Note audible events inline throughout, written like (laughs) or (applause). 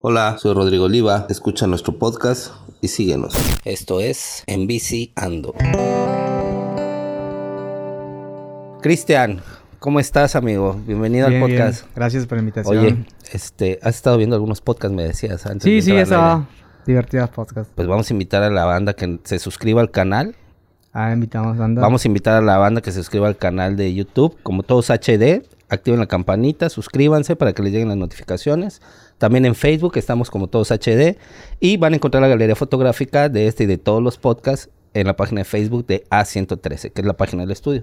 Hola, soy Rodrigo Oliva, escucha nuestro podcast y síguenos. Esto es En Bici Ando. Cristian, ¿cómo estás, amigo? Bienvenido Bien, al bien. podcast. Gracias por la invitación. Oye, este, has estado viendo algunos podcasts, me decías antes. de sí, sí, entrar al estaba aire. divertidas podcast. Pues vamos a invitar a la banda que se suscriba al canal. Ah, invitamos anda. Vamos a invitar a la banda que se suscriba al canal de YouTube. Como todos HD, activen la campanita, suscríbanse para que les lleguen las notificaciones. También en Facebook estamos como todos HD. Y van a encontrar la galería fotográfica de este y de todos los podcasts en la página de Facebook de A113, que es la página del estudio.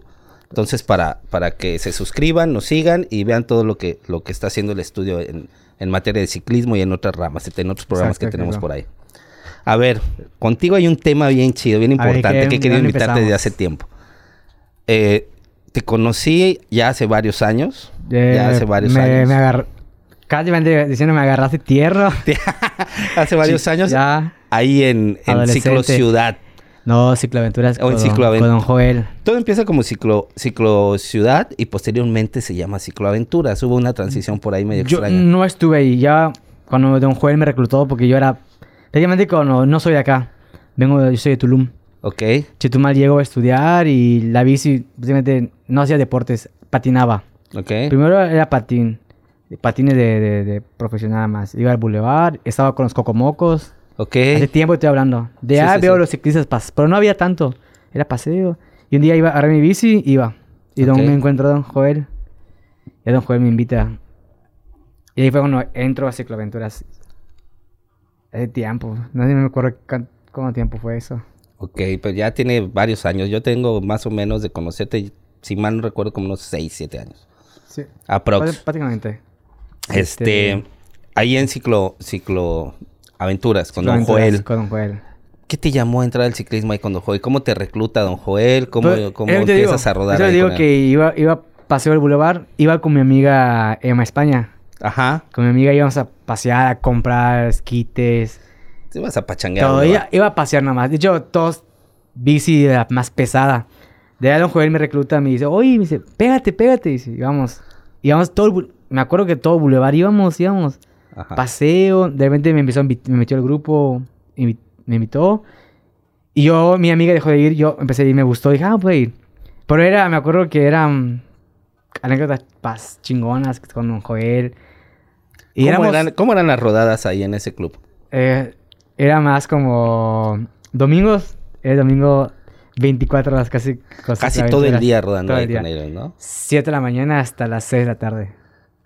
Entonces, para, para que se suscriban, nos sigan y vean todo lo que, lo que está haciendo el estudio en, en materia de ciclismo y en otras ramas, en otros programas que Exacto, tenemos claro. por ahí. A ver, contigo hay un tema bien chido, bien A ver, importante ¿qué- que he de querido dónde invitarte desde empezamos? hace tiempo. Eh, te conocí ya hace varios años. (laughs) Eh, ya hace varios me, años. Me agarró. Cállate diciendo me (laughs) agarraste tierra. hace varios años Ya. ahí en, en Adolescente. Ciclo Ciudad. No, cicloaventuras. O en con- cicloaventura. Con Don Joel. Todo empieza como Ciclo, ciclo Ciudad y posteriormente se llama Ciclo Aventuras. Hubo una transición por ahí medio Yo mm. extraña. no estuve ahí. Ya cuando Don Joel me reclutó porque yo era. Prácticamente cuando no soy de acá. Vengo de, yo soy de Tulum. Ok. Chetumal llegó a estudiar y la bici, precisamente no hacía deportes, patinaba. Ok. Primero era patín. Patines de, de, de profesional nada más. Iba al bulevar, estaba con los cocomocos. Ok. Hace tiempo estoy hablando. De Eh. Sí, ahí sí, veo sí. los ciclistas pas- Pero no había tanto. Era paseo. Y un día iba a agarrar mi bici iba. Y don, Ok. me encuentro a don Joel. Y a don Joel me invita. Y ahí fue cuando entro a Cicloaventuras. Hace tiempo. No sé, no me acuerdo cuán- cuánto tiempo fue eso. Ok, pero ya tiene varios años. Yo tengo más o menos de conocerte, si mal no recuerdo, como unos 6, 7 años. Sí. Aprox. Prácticamente. Este, Este- ahí en ciclo, ciclo aventuras con Don Cicloaventuras Joel. Con don Joel. ¿Qué te llamó a entrar al ciclismo ahí con Don Joel? ¿Cómo te recluta Don Joel? ¿Cómo, Pero, cómo es lo que Pues, te empiezas digo, a rodar? Yo te ahí digo con él? que iba, iba paseo el boulevard, iba con mi amiga Emma España. Ajá. Con mi amiga íbamos a pasear, a comprar esquites. Te vas a pachanguear. Todo. ¿verdad? Iba, iba a pasear nomás. De hecho, todos bici de la más pesada. De ahí don Joel me recluta, me dice, oye, me dice, pégate, pégate. Y dice, íbamos, íbamos todo el bu- Me acuerdo que todo el boulevard íbamos, íbamos. Ajá. Paseo. De repente me, empezó a invit- me metió al grupo, invi- me invitó. Y yo, mi amiga dejó de ir, yo empecé a ir, me gustó, dije, ah, puede ir. Pero era, me acuerdo que eran anécdotas pas chingonas con Don Joel. Y ¿Cómo, éramos, eran, cómo eran las rodadas ahí en ese club? eh, era más como domingos, el domingo 24 horas casi. casi Casi todo el día rodando Pues, todo ahí el día. con ellos, ¿no? 7 de la mañana hasta las 6 de la tarde.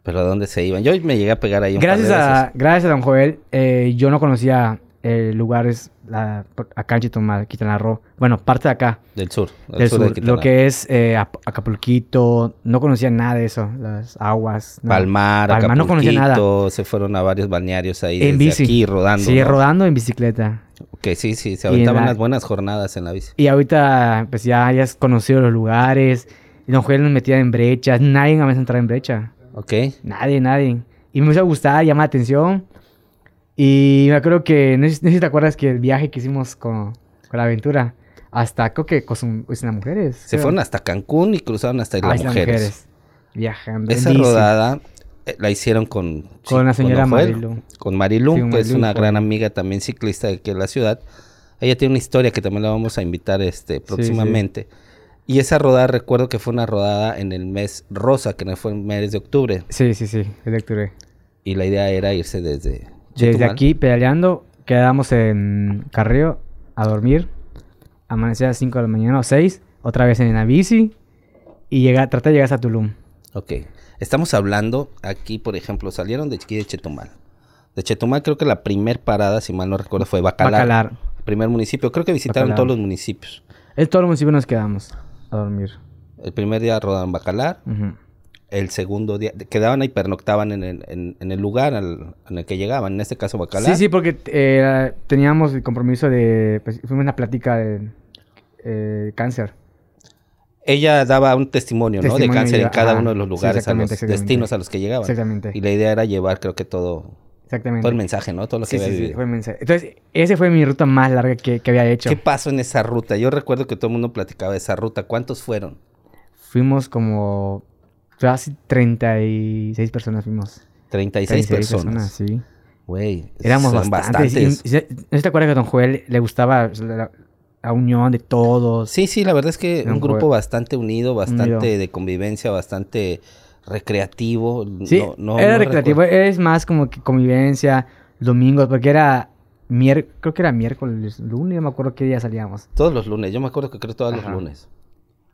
Pero ¿a dónde se iban? Yo me llegué a pegar ahí un par de Gracias veces. a, gracias a Don Joel, eh, yo no conocía eh, lugares la, por- acá en Chetumal, Quintana Roo. Bueno, parte de acá. Del sur. Del, del sur, de sur, Quintana lo que es eh, Ap- Acapulquito, no conocía nada de eso, las aguas. nada. Palmar, Palmar, no conocía nada. Acapulquito, se fueron a varios balnearios ahí En desde bici. aquí rodando. Sí, ¿no? rodando en bicicleta. Ok, sí, sí, se Y en aventaban la- unas buenas jornadas en la bici. Y ahorita, pues ya hayas conocido los lugares. Y Don Joel nos metía en brechas. Nadie me a entrar en brecha. Ok, Nadie, nadie. Y me empezó a gustar, llamar la atención. Y me acuerdo que, no sé, no sé si te acuerdas que el viaje que hicimos con, con la aventura, hasta creo que con las mujeres. se creo. fueron hasta Cancún y cruzaron hasta Ah, Isla Isla Mujeres. Viajando. en Esa bici. rodada eh, la hicieron con... Con la señora Don Joel, Marilu. Con Marilu, Sí, que es Marilu una fue. gran amiga también ciclista de aquí en la ciudad. Ella tiene una historia que también la vamos a invitar este, próximamente. Y esa rodada, recuerdo que fue una rodada en el mes rosa, que no fue el mes de octubre. Sí, sí, sí, el de octubre. Y la idea era irse desde... Desde Chetumal. aquí pedaleando, quedamos en Carrillo a dormir. Amanecía a las 5 de la mañana o 6, otra vez en la bici. Y llega, traté de llegar hasta Tulum. Ok. Estamos hablando aquí, por ejemplo, salieron de aquí de Chetumal. De Chetumal creo que la primer parada, si mal no recuerdo, fue Bacalar. Bacalar. Primer municipio. Creo que visitaron Bacalar. todos los municipios. Es todo el municipio nos quedamos a dormir. El primer día rodaron Bacalar. Ujú. El segundo día quedaban ahí, pernoctaban en el, en- en el lugar al- en el que llegaban. En este caso Bacalar. Sí, sí, porque eh, teníamos el compromiso de. pues, fuimos a una plática de eh, cáncer. Ella daba un testimonio, ¿no? De Testimonio cáncer en iba, cada ajá. uno de los Sí, lugares, a los exactamente, exactamente. destinos a los que llegaban. Exactamente. Ah, Y la idea era llevar, creo que todo, Exactamente. todo el mensaje, ¿no? Todo lo que Sí, había sí, sí, vivido. fue el mensaje. Entonces, esa fue mi ruta más larga que, que había hecho. ¿Qué pasó en esa ruta? Yo recuerdo que todo el mundo platicaba de esa ruta. ¿Cuántos fueron? Fuimos como casi 36 personas fuimos. 36, personas. Sí. Güey. Éramos son bastantes. Y- y- ¿No te acuerdas que a Don Joel le gustaba la, la- la unión de todos? Sí, sí, la verdad es que Era un un grupo juego. bastante unido, bastante Unido. de convivencia, bastante recreativo. Sí, No- no- era no recreativo, recuerdo. es más como que convivencia, domingos, porque era, mier- creo que era miércoles, lunes, no me acuerdo qué día salíamos. Todos los lunes, yo me acuerdo que creo todos Ajá. los lunes.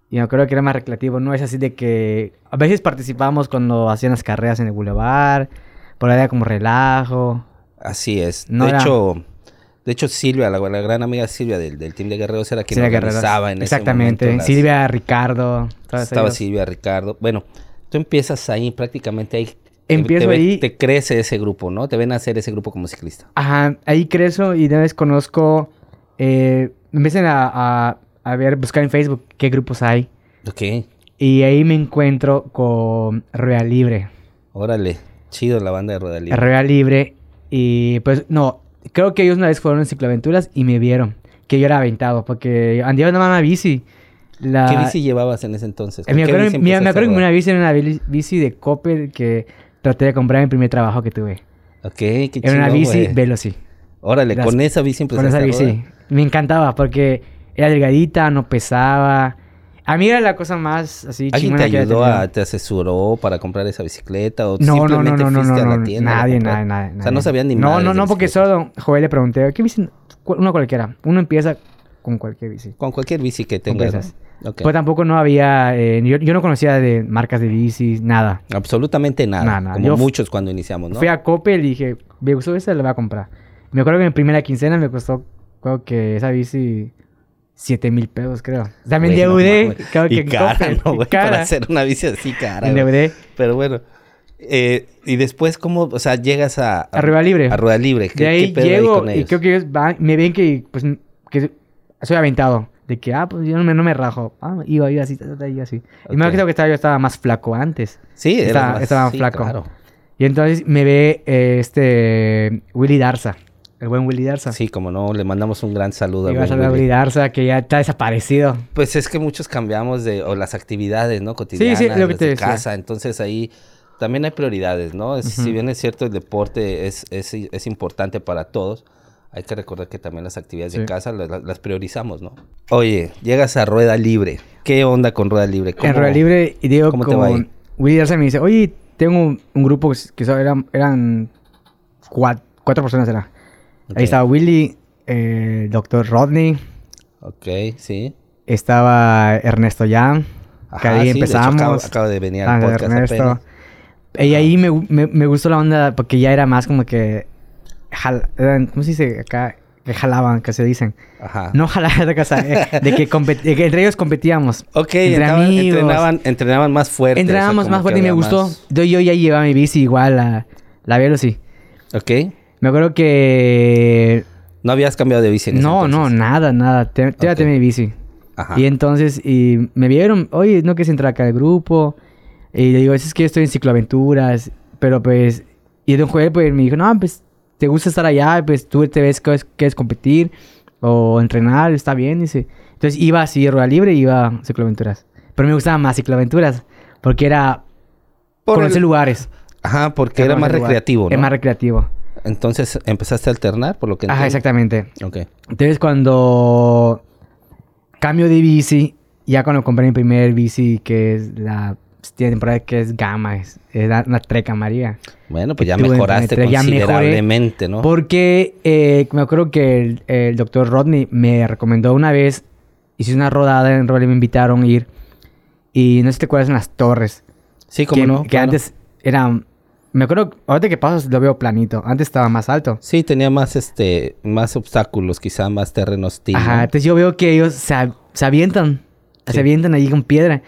Y me acuerdo que era más recreativo, no es así de que a veces participábamos cuando hacían las carreras en el boulevard, por ahí era como relajo. Así es. No de era- hecho, de hecho Silvia, la, la gran amiga Silvia del, del team de guerreros era quien Silvia Guerrero. organizaba en ese Exactamente, momento las- Silvia, Ricardo, todos Estaba ellos. Silvia, Ricardo. Bueno, tú empiezas ahí, prácticamente ahí. te- Empiezo te ve- ahí. Te crece ese grupo, ¿no? Te ven a hacer ese grupo como ciclista. Ajá, ahí crezco y de vez conozco, eh, empiecen a, a- a ver, buscar en Facebook qué grupos hay. Ok. Y ahí me encuentro con Rueda Libre. Órale. Chido la banda de Rueda Libre. Rueda Libre. Y pues, no, creo que ellos una vez fueron en cicloaventuras y me vieron. Que yo era aventado, porque andaba en una bici. La... ¿Qué bici llevabas en ese entonces? Ah, Eh, me ¿Con qué acuerdo, bici mira, empezaste me a acuerdo que rodar? una bici era una bili- bici de Copper que traté de comprar en el primer trabajo que tuve. Ok, qué chido. era una bici güey. Pues Veloci. Órale, las- con esa bici Con empezaste esa a bici. rodar. Me encantaba porque era delgadita, no pesaba. A mí era la cosa más así ¿Alguien te chingona que había ayudó, tenido. a, te asesoró para comprar esa bicicleta? ¿O No, no, no, simplemente no, no, fuiste no, a no, la tienda? a nadie, comprar? nadie, nadie. O sea, no nadie. sabían ni No, madres no, de no, porque bicicleta. solo don Joel le pregunté, ¿qué bici? Cu- Una cualquiera. Uno empieza con cualquier bici. Con cualquier bici que tengas. esas. ¿no? Ok. Pues tampoco no había, eh, yo, yo no conocía de marcas de bicis, nada. Absolutamente nada. Nada, nada. Como Yo fu- muchos cuando iniciamos, ¿no? Fui a Coppel y dije, me gustó esa, la voy a comprar. Me acuerdo que en primera quincena me costó, creo que esa bici, 7 mil pesos, creo. O sea, me Güey, no endeudé, mames. creo que y en cara, Coppel, ¿no, y güey? Para cara. hacer una bici así, cara. Me güey. endeudé Pero bueno. eh, y después, ¿cómo? O sea, llegas a... a Rueda Libre. A Rueda Libre. ¿Qué, De ahí qué pedo ahí llego con y ellos? creo que ellos van- me ven que, pues, que soy aventado. De que, ah, pues yo no me, no me rajo. Ah, iba, iba así, ta, ta, ta, iba así. Y me Ok. acuerdo que estaba, yo estaba más flaco antes. Sí, eras estaba- más- estaba sí, flaco. claro. Y entonces me ve eh, este Willy Darza, el buen Willy Darza. Sí, como no, le mandamos un gran saludo Y a vas Buen a hablar de Willy. Willy Darza, que ya está desaparecido. Pues es que muchos cambiamos de, o las actividades, ¿no? Cotidianas, sí, lo que las te de decía. casa, entonces ahí también hay prioridades, ¿no? Es- Si Ujú. bien es cierto el deporte es, es, es importante para todos, hay que recordar que también las actividades de Sí. casa la- la- las, priorizamos, ¿no? Oye, llegas a Rueda Libre, ¿qué onda con Rueda Libre? En Rueda Libre, y digo, cómo te va ahí? con Willy Darza me dice, oye, tengo un, un grupo que s- que so- eran, eran cuatro, cuatro personas, era. Ok. Ahí estaba Willy, eh, doctor Rodney, Ok, sí. Estaba Ernesto Jan, que Ajá, ahí sí, de hecho, acabo- empezamos. acabo, de venir al Ah, podcast apenas. Ernesto. Y ahí me, gu- me- me gustó la onda porque ya era más como que. jal- eran- ¿Cómo se dice acá? Que jalaban, que se dicen. Ajá. No jalar de casa, eh, de que compet- de que entre ellos competíamos. Ok, entre entraban- amigos. entrenaban, entrenaban más (laughs) fuerte. o sea, Entrenábamos como más que fuerte y me había gustó. más- Yo, yo ya llevaba mi bici igual, la, la Veloci. Ok. Me acuerdo que. No habías cambiado de bici en ese No, no, entonces? nada, nada. Te, te- Ok. te mi bici. Ajá. Y entonces, y me vieron, oye, no quieres entrar acá al grupo. Y le digo, es que estoy en cicloaventuras. Pero pues, y de un jueves, pues me dijo, no, pues te gusta estar allá, pues tú te ves que es, que es competir o entrenar, está bien. Dice. Entonces iba así, rueda libre, iba a cicloaventuras. Pero me gustaban más cicloaventuras porque era Por conocer el- lugares. Ajá, porque era conocer más lugares. recreativo, Es ¿no? más Ah, recreativo. Entonces empezaste a alternar, por lo que entiendo? Ajá, exactamente. Ok. Entonces cuando cambio de bici, ya cuando compré mi primer bici, que es la temporada que es gama, es, es la- una treca María. Bueno, pues ya Tuve mejoraste internet, ya mejoré. considerablemente, ¿no? Porque eh, me acuerdo que el, el doctor Rodney me recomendó una vez, hice una rodada en Raleigh, me invitaron a ir. Y no sé si te acuerdas en las torres. Sí, como Que, no. que claro. antes eran... Me acuerdo, ahorita que pasas lo veo planito. Antes estaba más alto. Sí, tenía más este, más obstáculos, quizá más terrenos hostil. Ajá, ¿no? entonces yo veo que ellos se, a- se avientan. Sí. Se avientan allí con piedra.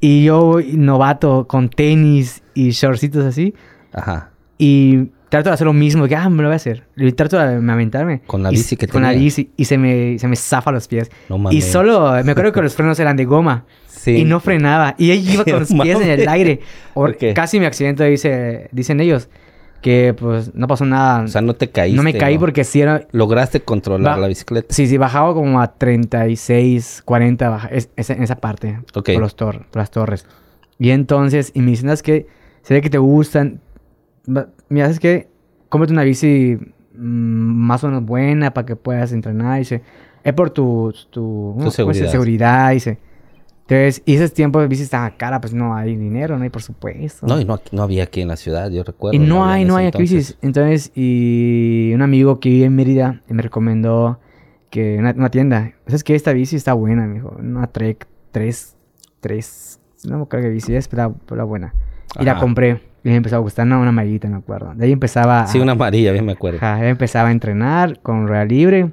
Y yo, voy novato, con tenis y shortcitos así. Ajá. Y trato de hacer lo mismo. Que, ah, me lo voy a hacer. Y trato de me aventarme. Con la Y bici s- que Con la tenía. bici. Y se me, se me zafa los pies. No mames. Y solo, me acuerdo que los frenos eran de goma. Sí. Y no frenaba. Y ella (laughs) iba con los No pies en el mames. aire. O- Ok. Casi me accidento, dice, dicen ellos. Que pues no pasó nada. O sea, no te caíste. no me caí porque sí era, Lograste controlar Va- la bicicleta. Sí, sí, bajaba como a 36, 40, baja, es- es- en esa parte, Ok. por, los tor- por las torres. Y entonces, y me dicen, "¿Sabes qué? Se ve que te gustan. va- Mira, ¿sabes qué? cómprate una bici mm, más o menos buena para que puedas entrenar. Dice, es por tu, tu, ¿cómo se dice? seguridad. seguridad. Dice. Entonces, y esos tiempos de bici estaban caras, pues no hay dinero, no hay por supuesto. No, y no, no había aquí en la ciudad, yo recuerdo. Y no había hay, en no ese hay entonces. crisis. Entonces, y un amigo que vive en Mérida me recomendó que una, una tienda. ¿Sabes que Esta bici está buena, me dijo. Una Trek 3, 3, no me acuerdo qué bici es, pero, pero era buena. Y la Ajá. compré. Y me empezó a gustar, no, una amarillita, me acuerdo. De ahí empezaba Sí, a- una amarilla, bien me acuerdo. "Ah". ajá, ahí empezaba a entrenar con rueda libre.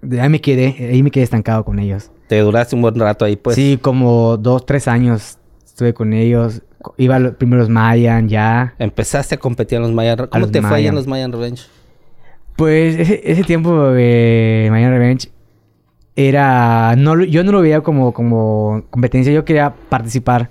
De ahí me quedé, ahí me quedé estancado con ellos. Te duraste un buen rato ahí, pues. sí, como dos, tres años estuve con ellos. Co- Iba a los primeros Mayan ya. Empezaste a competir en los Mayan Re- ¿Cómo los te fue ahí en Mayan. los Mayan Revenge? Pues ese, ese tiempo de Mayan Revenge era... No, lo- yo no lo veía como, como competencia, yo quería participar.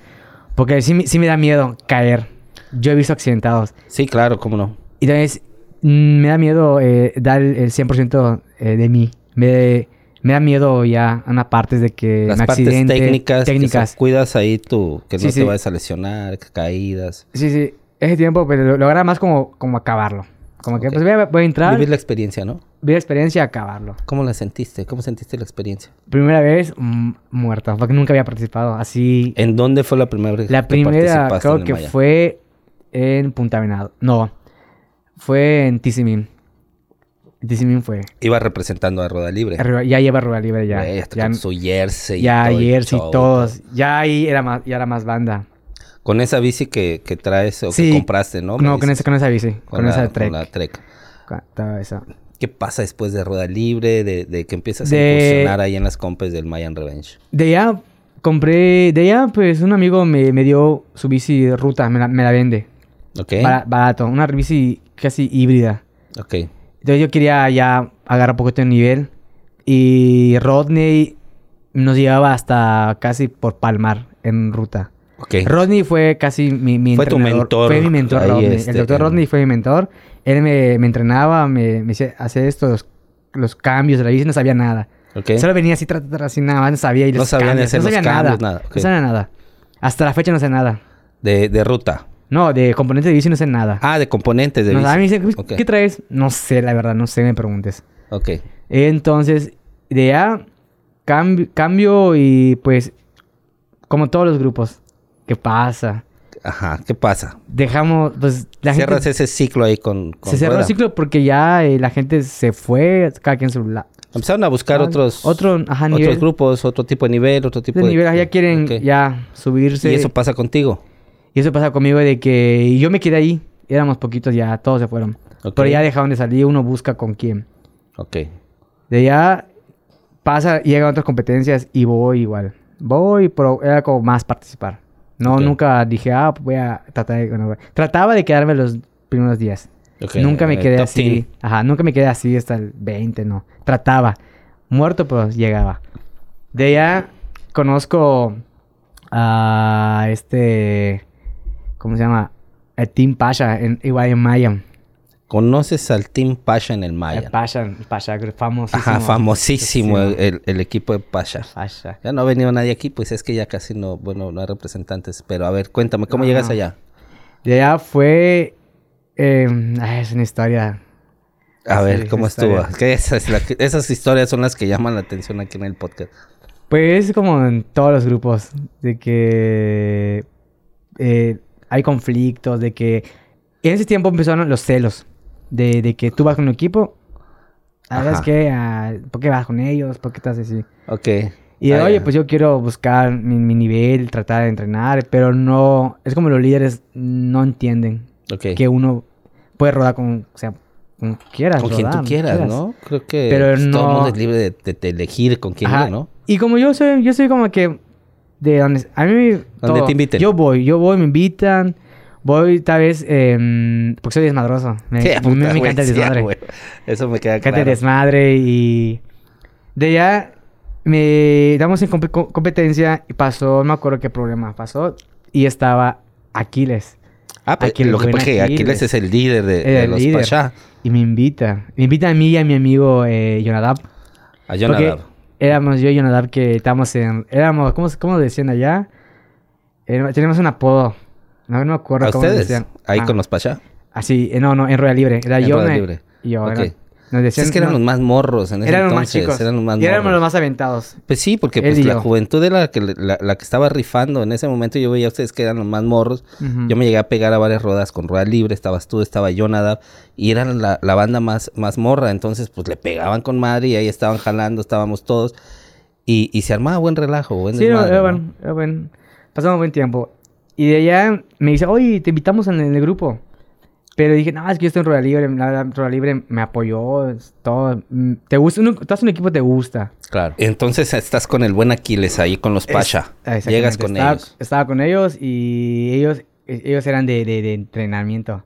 Porque sí, me- sí me da miedo caer. Yo he visto accidentados. Sí, claro, cómo no. Y entonces mm, me da miedo eh, dar el el 100% eh, de mí. Me, me da miedo ya unas partes de que Las me partes Eh, accidente, técnicas, que técnicas. se- cuidas ahí tú, que Sí, no sí. te vayas a lesionar, que caídas. Sí, sí. Ese tiempo pero lo, lograba más como, como acabarlo. Como que Ok. pues voy a, voy a entrar, Vivir vivir la experiencia, ¿no? la experiencia, acabarlo. ¿Cómo la sentiste? ¿Cómo sentiste la experiencia? Primera vez mm, muerta, porque nunca había participado así. ¿En dónde fue la primera vez La Eh, que primera participaste en creo el que Mayan? fue en Punta Venado. No, fue en Tizimín. En Tizimín fue. Iba representando a Roda Libre. Arriba- Ya lleva rueda libre ya. Güey, hasta ya con su jersey. y Ya todo el ayer sí, show. todos. Ya ahí era más, ya era más banda. Con esa bici que, que traes o Sí. que compraste, ¿no? No, Me con, dices. esa, con esa bici, con, la- esa trek. Con la Trek. con todo eso. ¿Qué pasa después de Rueda Libre, de, de que empiezas a De- incursionar ahí en las compes del Mayan Revenge? De allá compré, de allá pues un amigo me, me dio su bici de ruta, me la, me la vende. ¿Ok? Bara- barato, una bici casi híbrida. Ok. Entonces yo quería ya agarrar un poquito de nivel. Y Rodney nos llevaba hasta casi por Palmar en ruta. Ok. Rodney fue casi mi, mi Fue tu entrenador. mentor Fue mi mentor, ahí, Rodney. este, el doctor en- Rodney fue mi mentor. Él me, me entrenaba, me, me hacía hacer esto, los, los cambios de la bici, no sabía nada. Ok. Solo venía así, tra, tra, tra, así nada más, no sabía. Y No los sabían cambios, hacer no los sabía cambios, nada. nada, ok. No sabía nada. Hasta la fecha no sé nada. De, de ruta. No, de componentes de bici no sé nada. Ah, de componentes de No, bici. a mí me dicen, "Uy, Ok. ¿qué traes? No sé, la verdad, no sé, me preguntes. Ok. Entonces, de ya cambio, cambio y pues, como todos los grupos, ¿qué pasa? Ajá. ¿Qué pasa? Dejamos, pues, la gente... Cierras ese ciclo ahí con, con se cerró Rueda. el ciclo porque ya eh, la gente se fue, cada quien su la- Empezaron a buscar Ah, otros, otro, ajá, otros nivel. grupos, otro tipo de nivel, otro tipo de de... nivel, ya quieren Ok. ya subirse. Y eso pasa contigo. pasa conmigo de que yo me quedé ahí, éramos poquitos ya, todos se fueron. Ok. Pero ya dejaron de salir, uno busca con quién. Ok. De allá pasa, llegan otras competencias y voy igual. Voy, pero era como más participar. No, Ok. nunca dije, ah, voy a tratar de... bueno, trataba de quedarme los primeros días. ok. Nunca me Eh, quedé top así. 10. Ajá, nunca me quedé así hasta el 20, no. Trataba. Muerto, pero llegaba. De allá conozco a este. ¿Cómo se llama? A Tim Pasha, en, igual en Mayan. ¿Conoces al Team Pasha en el Mayan? El Pasha, el Pasha, famosísimo. Ajá, famosísimo Sí, el, el- el equipo de Pasha. Pasha. Ya no ha venido nadie aquí, pues es que ya casi no, bueno, no hay representantes. Pero a ver, cuéntame, ¿cómo No, llegas no. allá? De allá fue. eh, ay, es una historia. A Sí, ver, esa ¿cómo historia. estuvo? Que esa es la que- esas historias son las que llaman la atención aquí en el podcast. Pues como en todos los grupos, de que eh, hay conflictos, de que en ese tiempo empezaron los celos, de, de que tú vas con un equipo, Ajá. ¿sabes qué? Ah, ¿Por qué vas con ellos? ¿Por qué estás así? Ok. Y Ah, oye, ya. pues yo quiero buscar mi, mi nivel, tratar de entrenar, pero no, es como los líderes no entienden Ok. que uno puede rodar con, o sea, con quieras. Con quien rodar, tú quieras, ¿no? Creo que Pero pues, todo el no- mundo es libre de, de- de elegir con quién Ajá. ir, ¿no? Y como yo soy, yo soy como que de donde a mí todo. te inviten. Yo voy, yo voy, me invitan, voy tal vez em, porque soy desmadroso. (laughs) Me, Sí, a mí puta, me güey, encanta el sí, desmadre. güey. Eso me queda me encanta claro. el desmadre y de allá me damos en compe- co- competencia y pasó, no me acuerdo qué problema pasó y estaba Aquiles Ah, pues, Aquiles, lo que buen pasa es que Aquiles Aquiles. es el líder de, de El los líder. Pasha. y me invita, me invita a mí y a mi amigo eh, Jonadab. A Jonadab. Porque éramos yo y Jonadab que estábamos en. Éramos, ¿cómo, cómo decían allá? Era- teníamos un apodo. No, no me acuerdo ¿A cómo ustedes? decían. Ahí Ah, con los Pasha. Así, eh, no, no, en rueda libre. Era En yo. rueda me- libre. Y yo, Ok. era- nos decían. es que eran no, los más morros en ese eran los más entonces. chicos. eran los más y éramos morros. los más aventados. Pues sí, porque Él pues, y la yo. juventud era la que, la, la que estaba rifando. En ese momento yo veía a ustedes que eran los más morros. Ujú. Yo me llegué a pegar a varias rodas con rueda libre. Estabas tú, estaba Jonadab. Y era la, la banda más, más morra. Entonces, pues le pegaban con madre y ahí estaban jalando, estábamos todos. Y, y se armaba buen relajo, buen Sí, era, desmadre, era ¿no? bueno, era buen- Pasamos buen tiempo. Y de allá me dice, oye, te invitamos en el grupo. Pero dije, no, es que yo estoy en Rueda Libre. La verdad, Rueda Libre me apoyó. es todo. Mm, Te gusta, uno, estás en un equipo, te gusta. Claro. Entonces estás con el buen Aquiles ahí con los Pasha. Ah, exactamente, Llegas con estaba, ellos. Estaba con ellos y ellos, e- ellos eran de, de- de entrenamiento.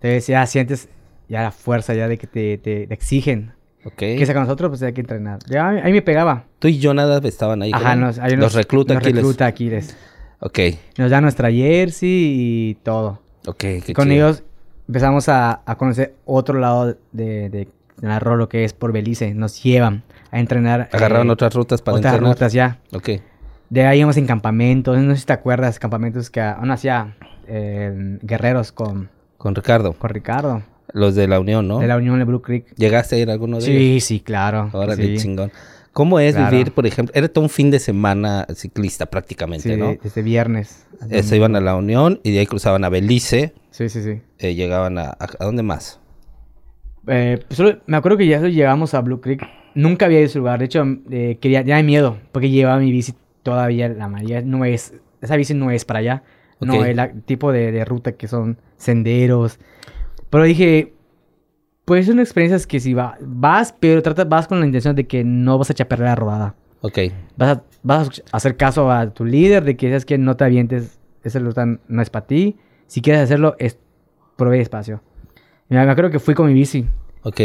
Entonces ya sientes ya la fuerza ya de que te, te- te exigen. Ok. Que saca nosotros, pues hay que entrenar. Ya, ahí me pegaba. Tú y Jonadab estaban ahí. Ajá, ¿no? nos, ahí los nos- recluta nos Aquiles. recluta Aquiles. Ok. Nos da nuestra jersey y todo. Ok. qué Y con chido. ellos empezamos a, a conocer otro lado de, de la Rolo, que es por Belice. Nos llevan a entrenar. Agarraron eh, otras rutas para otras entrenar. rutas ya. Ok. De ahí íbamos en campamentos. No sé si te acuerdas, campamentos que aún hacía eh, guerreros con, Con Ricardo. con Ricardo Los de la Unión, ¿no? de la Unión de Blue Creek. ¿Llegaste a ir a alguno de ellos? Sí, sí, claro. Órale, sí. chingón. ¿Cómo es Claro. vivir, por ejemplo? Era todo un fin de semana ciclista prácticamente, Sí, ¿no? desde viernes. Eh, se iban a la Unión y de ahí cruzaban a Belice, Sí, sí, sí. eh, llegaban a, a... ¿a dónde más? Eh, pues solo- me acuerdo que ya llegamos a Blue Creek. Nunca había ido a ese lugar. De hecho, eh, quería, tenía miedo. Porque llevaba mi bici todavía. La mayoría no es. Esa bici no es para allá. No Ok. es el tipo de, de ruta que son senderos. Pero dije. Pues son experiencias que si va- vas, pero tratas, vas con la intención de que no vas a echar a perder la rodada. Ok, Vas a, vas a hacer caso a tu líder de que sabes que no te avientes, esa ruta no es para ti. Si quieres hacerlo, es, provee espacio. Y me acuerdo que fui con mi bici. ok.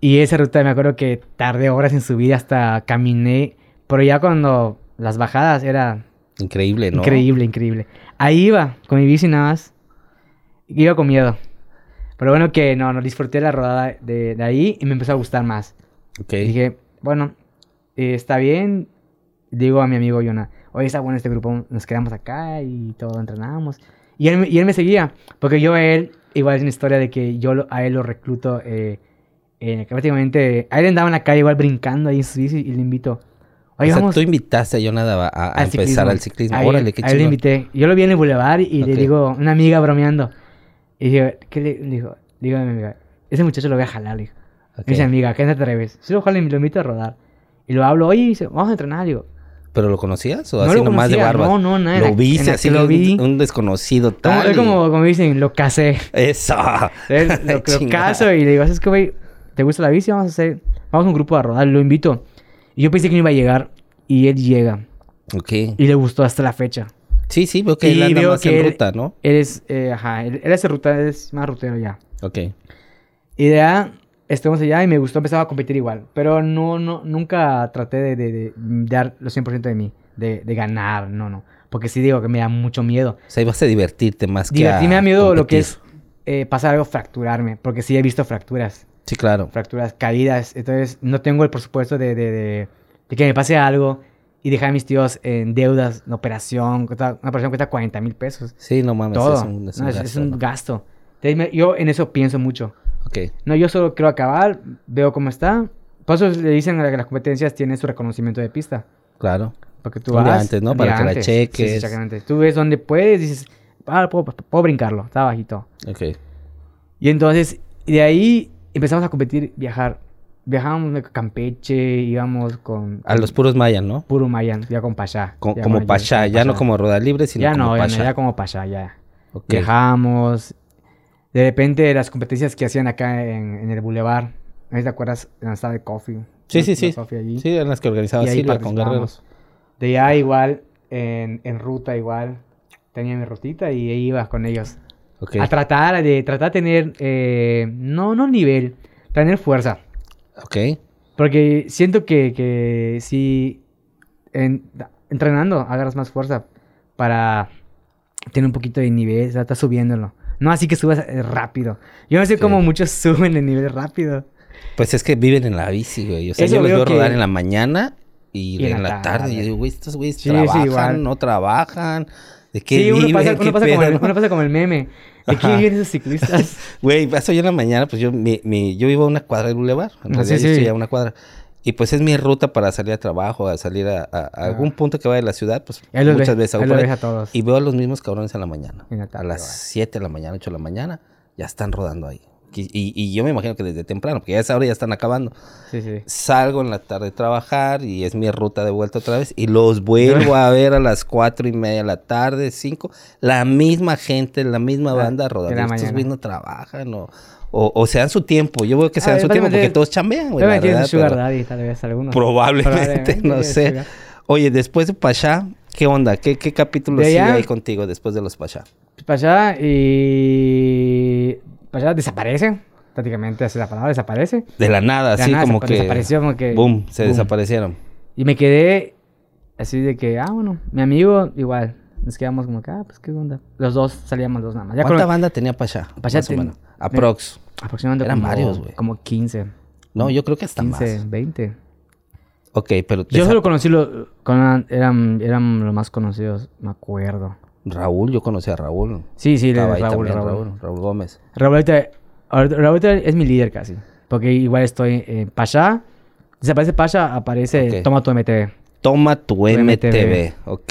Y esa ruta me acuerdo que tardé horas en subir hasta caminé. Pero ya cuando las bajadas era Increíble, ¿no? increíble, increíble. Ahí iba con mi bici nada más. Iba con miedo. Pero bueno que no, no disfruté la rodada de, de ahí y me empezó a gustar más. Ok, Y dije, bueno, eh, está bien. Digo a mi amigo Yona, oye, está bueno este grupo, nos quedamos acá y todo, entrenamos. Y él, me- y él me seguía, porque yo a él, igual es una historia de que yo lo- a él lo recluto, eh, eh, que prácticamente, a él andaba en la calle igual brincando ahí en su bici y le invito, O oye, sea, vamos tú invitaste a Jonada a, a- a empezar al ciclismo. A él- Órale, qué a él le chido. invité, yo lo vi en el bulevar y le Ok. digo, una amiga bromeando, y digo, ¿qué le dijo? Digo a mi amiga, ese muchacho lo voy a jalar, le digo. Me dice, amiga, ¿qué no te atreves? Sí, ojalá y me lo invito a rodar. Y lo hablo, oye, dice, vamos a entrenar. Digo, ¿Pero lo conocías o No así lo nomás de conocía, barba? no, no, nada, en Lo la- en viste la así, que lo un- vi. un desconocido como, tal. es como, como dicen, lo (laughs) casé. Eso. Entonces, lo, lo Chingada. caso y le digo, es que, güey, ¿te gusta la bici? Vamos a hacer, vamos a un grupo a rodar, lo invito. Y yo pensé que no iba a llegar. Y él llega. Ok. Y le gustó hasta la fecha. Sí, sí, veo que él Y anda veo más que en él- ruta, ¿no? Él es, eh, ajá, él, él hace ruta, él es más rutero ya. Ok. Y de ahí estuvimos allá y me gustó, empezaba a competir igual. Pero no, no, nunca traté de, de- de dar lo 100% de mí, de, de ganar, no, no. Porque sí digo que me da mucho miedo. O sea, ibas a divertirte más que Divertir me a da miedo lo que competir. es eh, pasar algo, fracturarme. Porque sí he visto fracturas, Sí, claro. fracturas, caídas. Entonces no tengo el presupuesto de, de, de- de que me pase algo y dejar a mis tíos en deudas, en operación. cuesta- una operación cuesta 40 mil pesos. Sí, no mames. Todo. Es un, es un No, es- gasto, es un ¿no? gasto. Entonces, me- yo en eso pienso mucho. Ok. No, yo solo quiero acabar, veo cómo está. Por eso le dicen a la- que las competencias tienen su reconocimiento de pista. Claro. Porque tú Un vas... día antes, ¿no? un Para día que la antes. Sí, sí, cheques. exactamente. Tú ves dónde puedes y dices, ah, puedo, puedo brincarlo, está bajito. Ok. Y entonces, de ahí empezamos a competir, viajar. Viajábamos a Campeche, íbamos con... A los puros mayas, ¿no? Puro Mayan, ya con Pachá. Co- ya como con- Pachá, con ya no como Roda Libre, sino ya como no, ya no, Pachá. ya como Pachá, ya. Ok. Viajamos. De repente, las competencias que hacían acá en, en el Boulevard. ¿No te acuerdas? En la sala de coffee. Sí, ¿no? sí, La sí. Sofi allí. Sí, eran las que organizaba Y ahí Silva con Guerreros. participábamos. De allá igual, en, en ruta igual. Tenía mi rutita y ahí ibas con ellos. Ok. A tratar de tratar de tener, eh, no, no nivel, tener fuerza. Ok. Porque siento que, que si en- entrenando agarras más fuerza para tener un poquito de nivel, o sea, estás subiéndolo. No así que subas eh, rápido. Yo no sé Sí. cómo muchos (laughs) suben el nivel rápido. Pues es que viven en la bici, güey. O sea, Eso yo los veo veo que- rodar en la mañana y, en la tarde. Yo digo, güey, estos güeyes Sí, sí, trabajan, igual. no trabajan. ¿De qué Sí, uno viven? pasa, ¿Qué uno, pasa como pedo, el, no? uno pasa como el meme. ¿De qué Ajá. viven esos ciclistas? Güey, paso yo en la mañana, pues yo, mi, mi- yo vivo a una cuadra del bulevar. En Ah, realidad sí, yo sí. estoy a una cuadra. Y pues es mi ruta para salir a trabajo, a salir a, a- a algún punto que vaya de la ciudad, pues Ah. Ahí los muchas ve- veces hago ahí los por (laughs) ahí. ves a todos. Y veo a los mismos cabrones en la mañana. En la tarde, a las va. 7 de la mañana, 8 de la mañana, ya están rodando ahí. Y, y- y yo me imagino que desde temprano, porque ya a esa hora ya están acabando. Sí, sí. Salgo en la tarde a trabajar y es mi ruta de vuelta otra vez. Y los vuelvo a ver a las 4 y media de la tarde, 5. La misma gente, la misma Ah, banda de rodando. la Estos mañana. güey no trabajan o, o, o se dan su tiempo. Yo veo que se Ah, dan su tiempo probablemente- porque todos chambean, güey. Tal la vez tienes verdad, un sugar pero daddy, tal vez algunos. Probablemente, (laughs) Probablemente no tienes sé. sugar. Oye, después de Pachá, ¿qué onda? ¿Qué, qué capítulo De sigue allá- ahí contigo después de los Pachá? Para allá y... Para allá desaparece. Prácticamente esa es la palabra, desaparece. De la nada, De así nada, como que. desapa- pues, desapareció, como que- Boom, se boom. desaparecieron. Y me quedé así de que, ah, bueno, mi amigo igual. Nos quedamos como que, ah, pues qué onda. Los dos salíamos los nada más. Ya ¿Cuánta con- banda tenía Pachá? Pachá Más o ten- eh, menos. Aprox. Aproximadamente Eran como, varios, güey. como 15. No, yo creo que hasta 15, más. 20. Ok, pero te Yo sa- solo conocí los... Eran, eran los más conocidos, me acuerdo. Raúl, yo conocí a Raúl. Sí, sí, Estaba ahí Raúl, también, Raúl. Raúl, Raúl Gómez. Raúl ahorita, ahorita- Raúl ahorita es mi líder casi. Porque igual estoy en Pasha. Desaparece Pasha, aparece Ok. Toma tu MTV. Toma tu MTV, MTV. ok.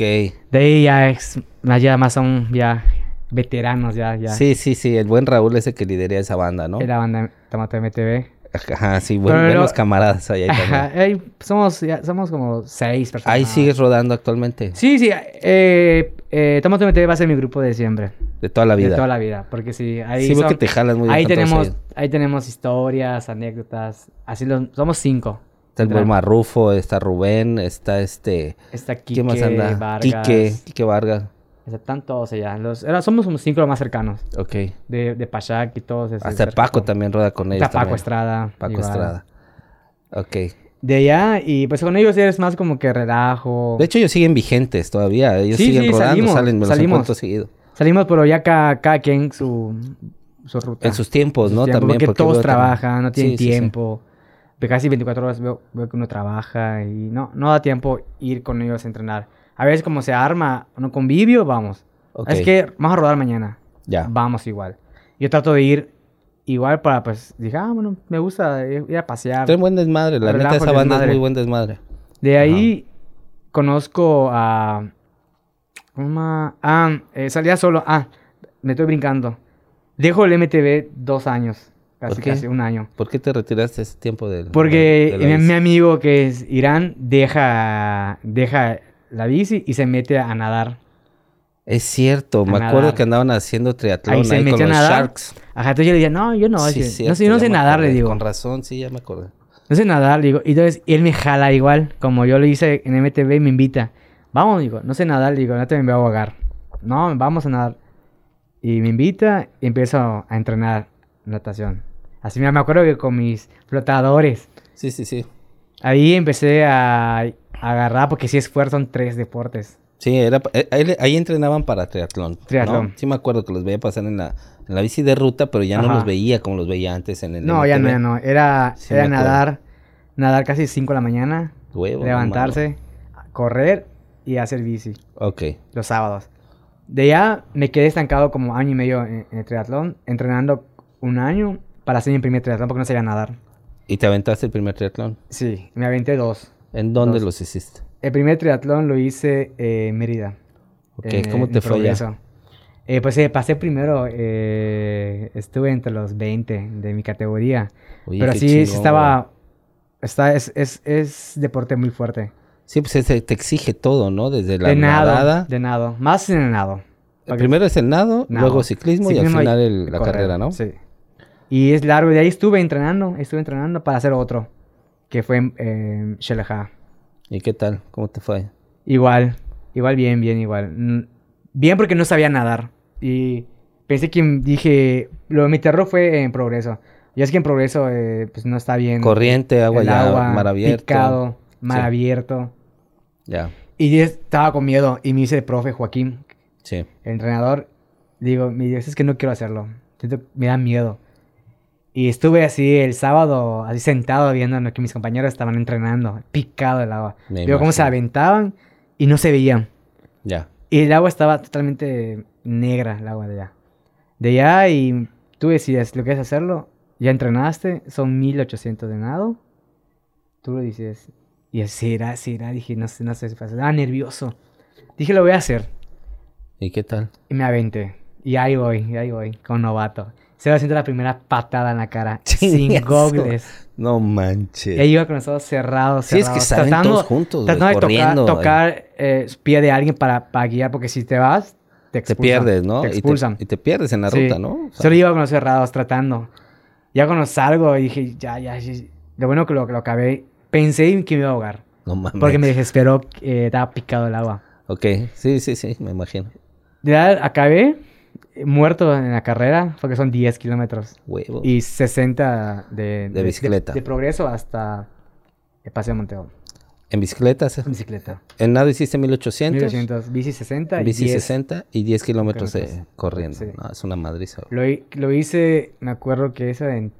De ahí ya es, ya más son ya veteranos, ya, ya. Sí, sí, sí, el buen Raúl es el que lidería esa banda, ¿no? Es la banda Toma tu MTV. Ajá, sí, buen- Pero- buenos camaradas ahí, ahí Ajá, (laughs) también. ahí somos, ya somos como seis personas. Ahí sigues rodando actualmente, Sí, sí. Eh, eh, Toma tu MTV va a ser mi grupo de siempre. de toda la vida. De toda la vida. Porque sí, ahí. Sí, veo son- que te jalas muy bien ahí con todos tenemos, ellos. ahí tenemos historias, anécdotas. Así los, somos cinco. Está el buen Marrufo, está Rubén, está este... Está Quique, ¿Quién más anda? Vargas. Quique, Quique Vargas. Están todos allá. Los, era- somos como cinco los más cercanos. Ok. De, de Pachac y todos. esos Hasta cercanos. Paco también roda con ellos. Está Paco también. Estrada. Paco igual. Estrada. Ok. De allá, y pues con ellos eres más como que relajo. De hecho, ellos siguen vigentes todavía. Ellos Sí, siguen sí, rodando, salimos, salen, me los salimos. encuentro seguido. Salimos, pero ya ca- cada, quien su, su ruta. En sus tiempos, Ah, Sus ¿no? tiempos, También. Porque, porque todos veo también- trabajan, no tienen Sí, sí, sí. tiempo. De Casi 24 horas veo, veo que uno trabaja y no, no da tiempo ir con ellos a entrenar. A veces como se arma un convivio, vamos. Ok, Es que vamos a rodar mañana. Ya. Vamos igual. Yo trato de ir igual para, pues, dije, ah, bueno, me gusta ir ir a pasear. Traen buen desmadre. La Relajo neta, esa y banda es desmadre. muy buen desmadre. De ahí conozco a... ¿Cómo se llama? Ah, eh, salía solo. Ah, me estoy brincando. Dejo el MTV dos años. Casi, ¿Por qué? casi un año. ¿Por qué te retiraste ese tiempo del. Porque de la mi, bici? mi amigo que es Irán deja, deja la bici y se mete a nadar. Es cierto, me A acuerdo nadar. que andaban haciendo triatlón Ahí ahí, se con metió a los nadar. Sharks. Ajá, entonces yo le dije, no, yo no, Sí, yo- cierto, no, sé, yo no ya sé me nadar, le acordé. digo. Con razón, sí, ya me acordé. No sé nadar, le digo. Y entonces él me jala igual, como yo lo hice en MTV y me invita. Vamos, digo, no sé nadar, le digo, no te me voy a ahogar. No, vamos a nadar. Y me invita y empiezo a entrenar natación. Así me me acuerdo que con mis flotadores. Sí, sí, sí. Ahí empecé a, a agarrar, porque si es fuerte son tres deportes. Sí, era, pa- eh, ahí, ahí entrenaban para triatlón. ¿no? Triatlón. Sí, me acuerdo que los veía pasar en la, en la bici de ruta, pero ya no Ajá. los veía como los veía antes en el. No, ya no, MTV. ya no. Era, Sí, era me acuerdo. nadar, nadar casi 5 de la mañana, Huevo, no levantarse, correr y hacer bici. Ok. los sábados. De allá me quedé estancado como año y medio en, en el triatlón, entrenando un año para hacer mi primer triatlón porque no sabía nadar. ¿Y te aventaste el primer triatlón? Sí, me aventé dos. ¿En dónde Dos. los hiciste? El primer triatlón lo hice eh, en Mérida. Ok, en, ¿cómo eh, te en fue allá? Progreso. Eh, pues eh, pasé primero, eh, estuve entre los 20 de mi categoría. Oye, pero qué sí, sí chingón, güey. estaba... Está, es, es, es deporte muy fuerte. Sí, pues ese te exige todo, ¿no? Desde la de nado, nadada. De nado. Más en el nado. El primero es el nado, Nado. luego ciclismo, y al Ciclismo final el- la correr, carrera, ¿no? Sí. Y es largo. De ahí estuve entrenando, estuve entrenando para hacer otro, que fue en en Xelaja. ¿Y qué tal? ¿Cómo te fue? Igual, igual bien, bien, igual. Mm, Bien porque no sabía nadar. Y pensé que m- dije, lo de mi terror fue en progreso. Y es que en progreso eh, pues no está bien. Corriente, agua el ya, agua, mar abierto. Picado, mar Sí. abierto. Ya, Y yo estaba con miedo y me dice el profe Joaquín, sí. el entrenador, digo, mi Dios, es que no quiero hacerlo. Siento- me da miedo. Y estuve así el sábado, así sentado viendo lo que mis compañeros estaban entrenando, picado el agua. Me Veo cómo se imagino. aventaban y no se veían. Ya. Y el agua estaba totalmente negra, el agua de allá. De allá y tú decides lo que es hacerlo. Ya entrenaste, son 1800 de nado. Tú lo dices. Y así será, será. Dije, no sé, no sé si pasa. Ah, nervioso. Dije, lo voy a hacer. ¿Y qué tal? Y me aventé. Y ahí voy, y ahí voy, con novato. Se va haciendo la primera patada en (laughs) la cara. sin Chingazo. gogles. No Y manches. ahí iba con los ojos cerrados, cerrados. Sí, es que salen todos juntos, güey, Tratando de corriendo, tocar, güey. tocar eh, pie de alguien para, para guiar, porque si te vas, te te expulsan. pierdes, ¿no? Te Y te- expulsan. Y te, pierdes en la Sí. ruta, ¿no? O sea, Solo iba con los cerrados tratando. Ya cuando salgo y dije, ya, ya, ya. Lo bueno que lo, que lo acabé. Pensé que me iba a ahogar. no mames. Porque me desesperó, eh, estaba picado el agua. Ok, sí, sí, sí, me imagino. Ya acabé eh, muerto en la carrera, porque son 10 kilómetros. Huevo. Y 60 de, De bicicleta. De, progreso hasta el Paseo Monteo. ¿En bicicletas? En bicicleta. ¿En nada hiciste 1800? 1800. Bici 60 y Bici 10. 60 y 10 kilómetros de- Kilómetros. corriendo. Sí. No, es una madriza. güey. Lo, hi- lo hice, me acuerdo que eso en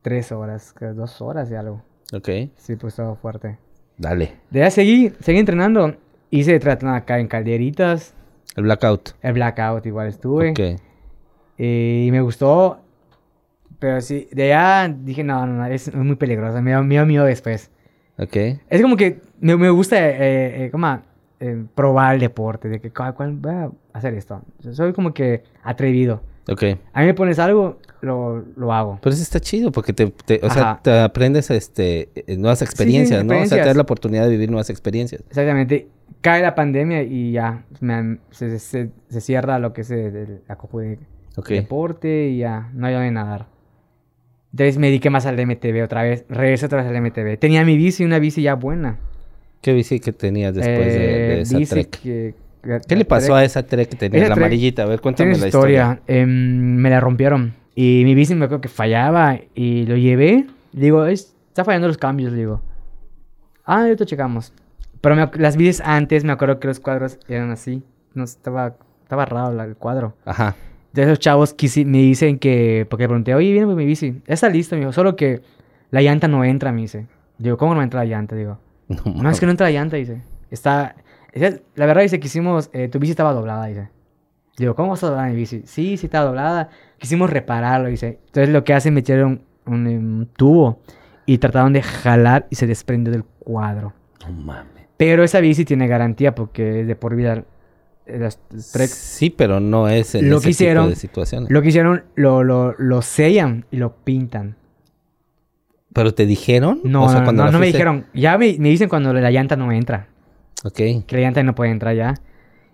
3 horas, creo, 2 horas y algo. Ok, Sí, pues estaba fuerte. dale. De ahí seguí, seguí entrenando. Hice triatlón acá en Calderitas. El blackout. El blackout igual estuve. Ok. Eh, y me gustó. Pero sí, de allá dije, no, no, no, es muy peligroso. Me dio, me dio miedo después. Ok. Es como que me, me gusta eh, eh, como, eh, probar el deporte. De que, ¿cuál, cuál voy a hacer esto? Soy como que atrevido. Ok. A mí me pones algo, lo, lo hago. Pero eso está chido porque te, te- o sea, Ajá. te aprendes este, eh, nuevas experiencias, ¿no? O sea, experiencias. te das la oportunidad de vivir nuevas experiencias. Exactamente. Cae la pandemia y ya me- se, se- se cierra lo que es el- el- la Copa de Ok. deporte y ya, no había de nadar. Entonces me dediqué más al MTV otra vez, regresé otra vez al MTV. Tenía mi bici, una bici ya buena. ¿Qué bici que tenías después de, Eh, de esa bici trek? que- ¿Qué le pasó a esa trek que tenías? Esa La trek amarillita. A ver, cuéntame Tiene la historia. historia. Em, me la rompieron. Y mi bici me acuerdo que fallaba y lo llevé. Le Digo, "Es- está fallando los cambios, le digo. Ah, ahorita checamos. Pero me ac- las bicis antes me acuerdo que los cuadros eran así. No estaba, estaba raro la- el cuadro. Ajá. (laughs) De esos chavos que sí- me dicen que, porque le pregunté, oye, viene mi bici. Ya Está listo, me dijo, solo que la llanta no entra, me dice. Digo, ¿cómo no entra la llanta? Digo, No, no, es que no entra la llanta, dice. Está, dice, la verdad dice que hicimos, eh, tu bici estaba doblada, dice. Digo, ¿cómo vas a doblar mi bici? Sí, sí estaba doblada. Quisimos repararlo, dice. Entonces lo que hacen, metieron un, eh, un tubo y trataron de jalar y se desprendió del cuadro. No mames. Pero esa bici tiene garantía porque es de por vida. eh, Las tres Sí, pero no es en Lo ese que hicieron- tipo de situaciones. Lo que hicieron, lo, lo, lo sellan y lo pintan. ¿Pero te dijeron? No, O sea, no, cuando no, la no me fuiste- dijeron. Ya me, me dicen cuando la llanta no entra. Ok. Que la llanta no puede entrar ya.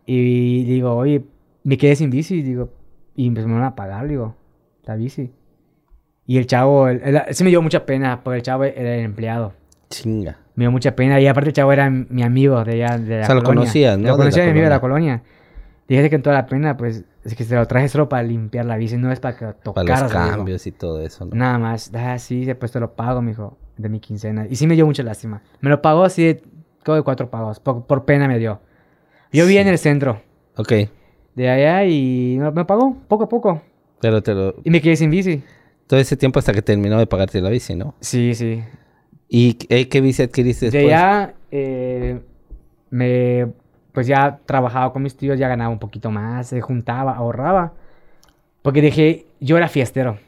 Y digo, oye, me quedé sin bici. Digo, y pues me van a pagar, digo, la bici. Y el chavo, el- el- sí me dio mucha pena, porque el chavo era el empleado. Chinga. Me dio mucha pena. Y aparte el chavo era mi amigo de allá, de la O sea, lo colonia. conocías, ¿no? De Lo la conocía mi amigo de la colonia. colonia. Dije que en toda la pena, pues, es que se lo traje solo para limpiar la bici, no es para que tocaras. Para los le digo. cambios y todo eso, ¿no? Nada más. Ah, sí, pues te lo pago, mijo. De mi quincena. Y sí me dio mucha lástima. Me lo pagó así de, como de cuatro pagos. Por, por pena me dio. Yo vi en el centro Ok. de allá y me, me pagó poco a poco. Pero te lo... Y me quedé sin bici. Todo ese tiempo hasta que terminó de pagarte la bici, ¿no? Sí, sí. ¿Y eh, qué bici adquiriste después? De allá, eh, me, pues ya trabajaba con mis tíos, ya ganaba un poquito más, se juntaba, ahorraba. Porque dejé, yo era fiestero.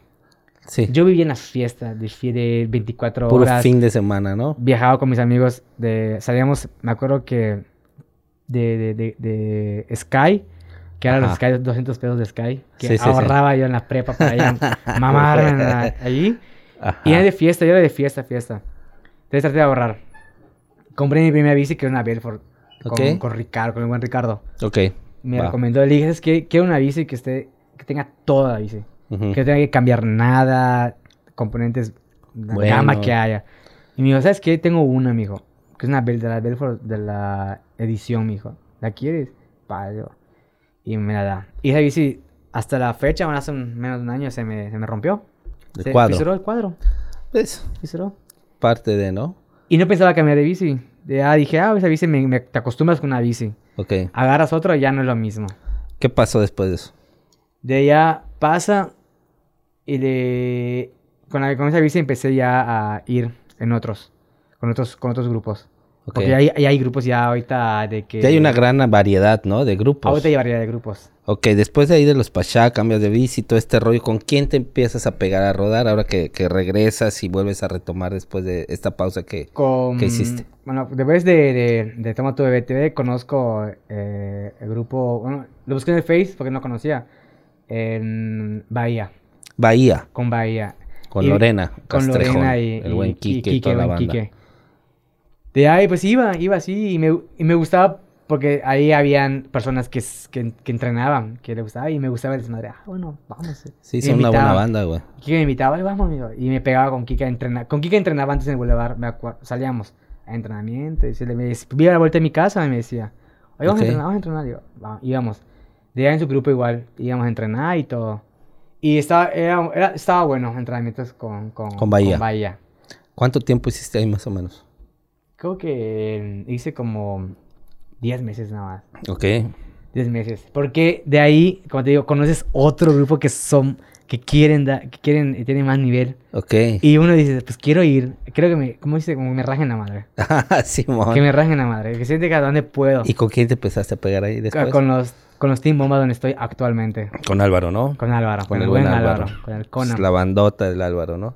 Sí. Yo vivía en las fiestas de, fie- de 24 Puro horas. fin de semana, ¿no? viajaba con mis amigos de salíamos me acuerdo que de, de, de, de Sky que eran los Ajá. Sky 200 pesos de Sky que Sí, sí, sí. ahorraba yo en la prepa para allá (laughs) mamar en la- allí Ajá. y era de fiesta yo era de fiesta fiesta entonces traté de ahorrar compré mi primera bici que era una Belfort con, Ok. con Ricardo con el buen Ricardo Ok. me Va. recomendó le dije es que quiero una bici que esté que tenga toda la bici Ujú. que no tenga que cambiar nada, componentes, la Bueno. gama que haya. Y me dijo, ¿sabes qué? Tengo una, mijo. Que es una Bel- de la Belfort, de la edición, mijo. ¿La quieres? Pago. Y me la da. Y esa bici, hasta la fecha, bueno, hace un- menos de un año, se me, se me rompió. El se cuadro. fisuró el cuadro. Es fisuró. parte de, ¿no? Y no pensaba cambiar de bici. Ya dije, ah, esa bici, me, me- te acostumbras con una bici. Ok. Agarras otra y ya no es lo mismo. ¿Qué pasó después de eso? De allá pasa y le... Con, la, con esa bici empecé ya a ir en otros, con otros, con otros grupos. Ok. Porque ya hay, ya hay grupos ya ahorita de que... Ya hay una gran variedad, ¿no? De grupos. Ahorita hay variedad de grupos. Ok, después de ahí de los Pachá, cambios de bici, todo este rollo, ¿con quién te empiezas a pegar a rodar ahora que, que regresas y vuelves a retomar después de esta pausa que... Con, ¿Qué hiciste? Bueno, después de, de, de Toma tu BTV conozco eh, el grupo... Bueno, lo busqué en el Face porque no conocía. En Bahía. Bahía, Con Bahía. con Y- Lorena, con Castrejón, Lorena y el buen y- y Quique y toda la buen banda. Quique. De ahí, pues iba, iba así y me, y me gustaba porque ahí habían personas que, s- que, que entrenaban, que le gustaba y me gustaba el desmadre. Ah, bueno, vamos. Sí, Y son una buena invitaban. banda, güey. Quique me invitaba, "Ay, vamos, amigo. Y me pegaba con Kika a entrenar. Con Kika entrenaba antes en el Boulevard, me acuerdo. Salíamos a entrenamiento. Y se le me decía- vi a la vuelta de mi casa y me decía, oye, vamos Ok. a entrenar, vamos a entrenar. Y yo, "Va", íbamos. De ahí en su grupo igual, íbamos a entrenar y todo. Y estaba, era, era- estaba bueno entrenamientos con, con, Con Bahía. ¿Cuánto tiempo hiciste ahí más o menos? Creo que hice como 10 meses nada más. Ok. 10 meses. Porque de ahí, como te digo, conoces otro grupo que son, que quieren, da- que quieren, y tienen más nivel. Ok. (laughs) Y uno dice, pues quiero ir. Creo que me, ¿cómo dice? Como que me rajen la madre. Ah, Simón. Que me rajen la madre. Que siente que a dónde puedo. ¿Y con quién te empezaste a pegar ahí después? Ca- Ah, con los, con los Team Bomba donde estoy actualmente. Con Álvaro, ¿no? Con Álvaro, con, el buen Álvaro, con el Conan. La bandota del Álvaro, ¿no?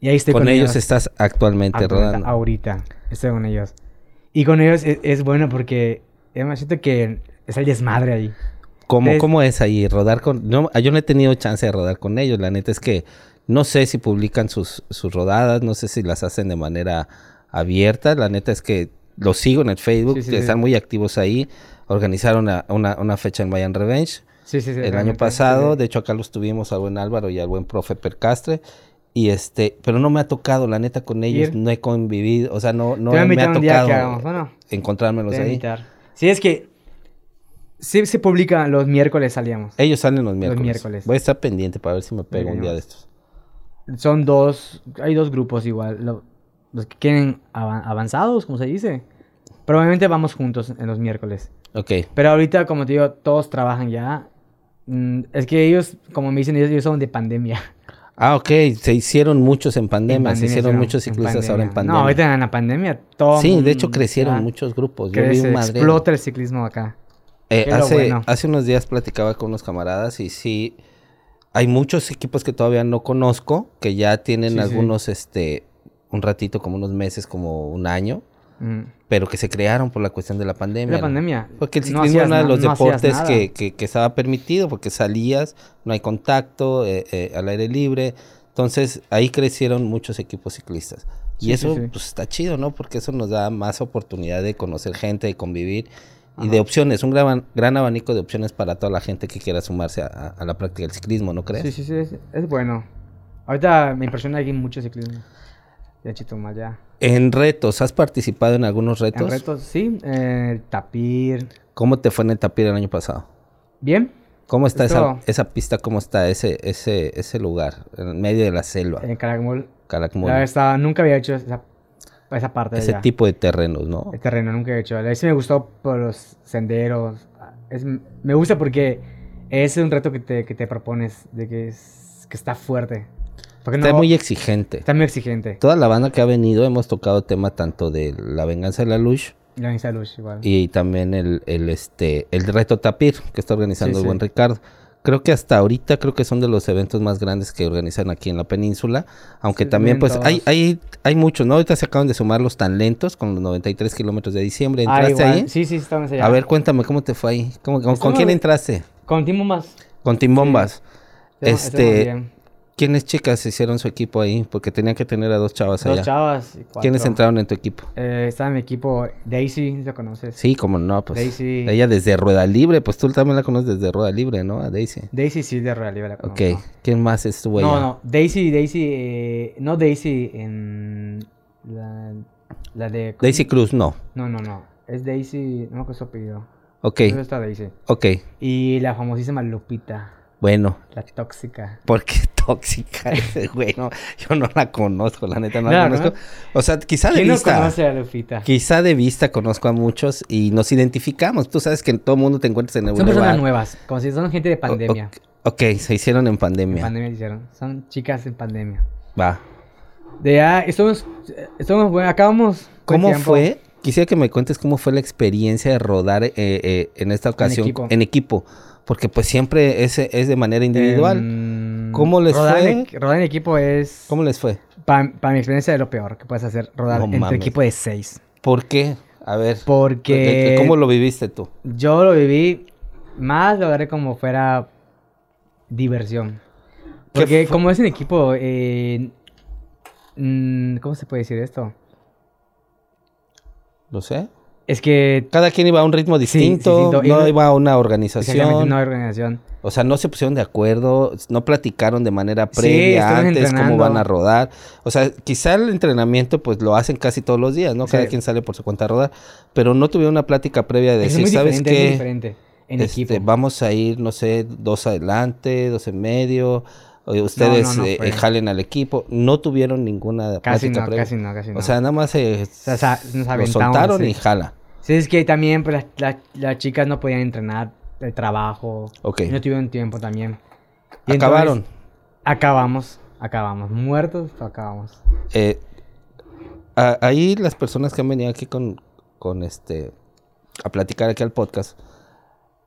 Y ahí estoy con, con, ellos, estás actualmente Ahorita- rodando. Ahorita, estoy con ellos. Y con ellos es, es bueno porque yo me siento que es el desmadre ahí. ¿Cómo, Es- ¿Cómo es ahí rodar con.? No, yo no he tenido chance de rodar con ellos. La neta es que no sé si publican sus, sus rodadas, no sé si las hacen de manera abierta. La neta es que los sigo en el Facebook, Sí, sí, sí. están muy activos ahí. Organizaron una, una- una fecha en Mayan Revenge Sí, sí, sí. el año realmente, pasado. sí. De hecho, acá los tuvimos al buen Álvaro y al buen profe Percastre. Y este, pero no me ha tocado, la neta, con ellos. Ir. No he convivido, o sea, no, no Te voy a me invitar ha un día que tocado hagamos, bueno. Te encontrármelos voy a ahí. invitar. Sí, es que sí se publica los miércoles salíamos. Ellos salen los miércoles. miércoles. Voy a estar pendiente para ver si me pego un día de estos. Son dos, hay dos grupos igual. lo- los que quieren ava- avanzados, como se dice. Probablemente vamos juntos en los miércoles. Ok, Pero ahorita, como te digo, todos trabajan ya. Mm, Es que ellos, como me dicen, ellos, ellos son de pandemia. Ah, ok. Se hicieron muchos en (laughs) pandemia. En se pandemia hicieron hicieron, muchos en ciclistas ahora en pandemia. No, ahorita en la pandemia todo. Sí, mundo de hecho crecieron ya muchos grupos. Yo vi crece, un madre. explota el ciclismo acá. Eh, Qué lo hace, bueno. hace unos días platicaba con unos camaradas y sí, hay muchos equipos que todavía no conozco, que ya tienen Sí, sí. algunos, este, un ratito, como unos meses, como un año, Mm. pero que se crearon por la cuestión de la pandemia. La ¿no? pandemia. Porque el no ciclismo hacías era uno de na- los no hacías deportes nada. que, que- que estaba permitido, porque salías, no hay contacto, eh, eh, al aire libre. Entonces ahí crecieron muchos equipos ciclistas. Y Sí, sí, eso sí. pues, está chido, ¿no? Porque eso nos da más oportunidad de conocer gente, de convivir y Ajá. de opciones. Un gran, gran abanico de opciones para toda la gente que quiera sumarse a, a- a la práctica del ciclismo, ¿no crees? Sí, sí, sí, es, es bueno. Ahorita me impresiona que hay mucho ciclismo. Ya chito más ya. En retos, ¿has participado en algunos retos? En retos, sí. eh, el tapir. ¿Cómo te fue en el tapir el año pasado? Bien. ¿Cómo está esa, Estuvo- esa pista? ¿Cómo está ese, ese, ese lugar? En medio de la selva. En Caracmol. Calakmul. La verdad estaba, nunca había hecho esa, esa parte de Eh, Ese allá. tipo de terrenos, ¿no? El terreno nunca he hecho. A veces me gustó por los senderos. Es- me gusta porque es un reto que te, que te propones, de que, es, que está fuerte. Porque Está no- muy exigente. está muy exigente. Toda la banda que ha venido hemos tocado tema tanto de la venganza de la luz La Nissan Lush igual. y también el, el, este, el reto tapir que está organizando Sí, el sí. buen Ricardo. Creo que hasta ahorita creo que son de los eventos más grandes que organizan aquí en la península. Aunque Sí, también vienen pues hay, todos. hay, hay muchos, ¿no? Ahorita se acaban de sumar los tan lentos con los 93 kilómetros de diciembre. Ah, ¿Entraste igual. ahí? Sí, este sí, estamos allá. A ver, cuéntame cómo te fue ahí. ¿Cómo- con, con Estuvo- quién entraste? Con Timo más. Con Timbombas. Estamos- estamos Este, bien. ¿Quiénes chicas hicieron su equipo ahí? Porque tenían que tener a dos chavas Dos allá. chavas. y cuatro. ¿Quiénes entraron en tu equipo? Eh, estaba en mi equipo Daisy, ¿la conoces? Sí, como no, pues. Daisy. Ella desde Rueda Libre, pues tú también la conoces desde Rueda Libre, ¿no? A Daisy. Daisy sí, de Real Libre la Ok, conozco. ¿quién más estuvo allá? No, no, Daisy, Daisy, eh, no Daisy en la, la de... Daisy Cruz, no. No, no, no, es Daisy, no me acuerdo su apellido. Ok, ¿Dónde está Daisy? ok. Y la famosísima Lupita, Bueno, (laughs) la tóxica. ¿por qué tóxica (laughs) ese güey? No, yo no la conozco, la neta, no la No, ¿no? conozco. O sea, quizá de ¿Quién no vista. conoce a Lupita? Quizá de vista conozco a muchos y nos identificamos. Tú sabes que en todo mundo te encuentras en Son Europa. personas nuevas, como si son gente de pandemia. Ok, se hicieron en pandemia. Pandemia hicieron, son chicas en pandemia. Va. De ya, ah, estamos, estamos, bueno, acabamos. ¿Cómo tiempo. fue quisiera que me cuentes cómo fue la experiencia de rodar eh, eh, en esta ocasión en equipo. equipo. porque pues siempre es, es de manera individual. Em, ¿Cómo les rodar fue? En, equ- rodar en equipo es. ¿Cómo les fue? Para mi experiencia de lo peor que puedes hacer. Rodar No entre mames. equipo de seis. ¿Por qué? A ver. Porque. ¿Cómo lo viviste tú? Yo lo viví más, lo agarré como fuera diversión. ¿Qué Porque fue? como es un equipo, eh, mm, ¿cómo se puede decir esto? No sé. Es que Cada quien iba a un ritmo Sí, distinto, distinto. Y no no- iba a una exactamente organización. no hay organización. O sea, no se pusieron de acuerdo, no platicaron de manera Sí, previa estuvieron antes cómo entrenando. van a rodar. O sea, quizá el entrenamiento pues lo hacen casi todos los días, ¿no? Cada Sí. quien sale por su cuenta a rodar, pero no tuvieron una plática previa de Es decir, muy ¿sabes diferente, es muy qué? diferente en Este, equipo. vamos a ir, no sé, dos adelante, dos en medio, o- ustedes no, no eh, fue. jalen al equipo. No tuvieron ninguna Casi plática no, previa. casi no, casi no. O sea, nada más eh, sea, sa- nos lo aventamos, soltaron sí. y jala. sí, es que también pues, las, las- las chicas no podían entrenar el trabajo. Ok. No tuvieron tiempo también. Y entonces, Acabaron. acabamos, acabamos. Muertos, pero acabamos. Eh, a- ahí las personas que han venido aquí con, con este a platicar aquí al podcast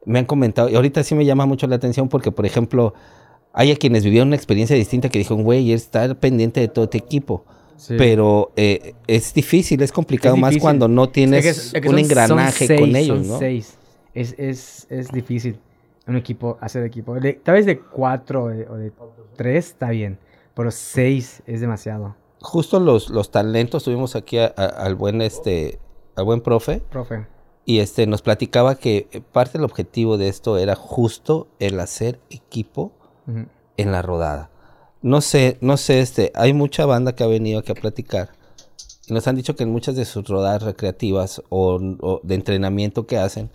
me han comentado, y ahorita sí me llama mucho la atención porque, por ejemplo, hay a quienes vivieron una experiencia distinta que dijeron, güey, estar pendiente de todo este equipo. Sí. Pero eh, es difícil, es complicado Es más difícil. cuando no tienes Es que- es que un son- engranaje son con seis, ellos, son ¿no? seis. Es, es, es difícil un equipo hacer equipo. De- tal vez de cuatro o de, o de tres está bien, pero seis es demasiado. Justo los, los talentos, tuvimos aquí a- a- al buen este al buen profe, Profe. Y este nos platicaba que eh, parte del objetivo de esto era justo el hacer equipo Ujú. en la rodada. No sé, no sé, este, hay mucha banda que ha venido aquí a platicar. Y nos han dicho que en muchas de sus rodadas recreativas o, o de entrenamiento que hacen,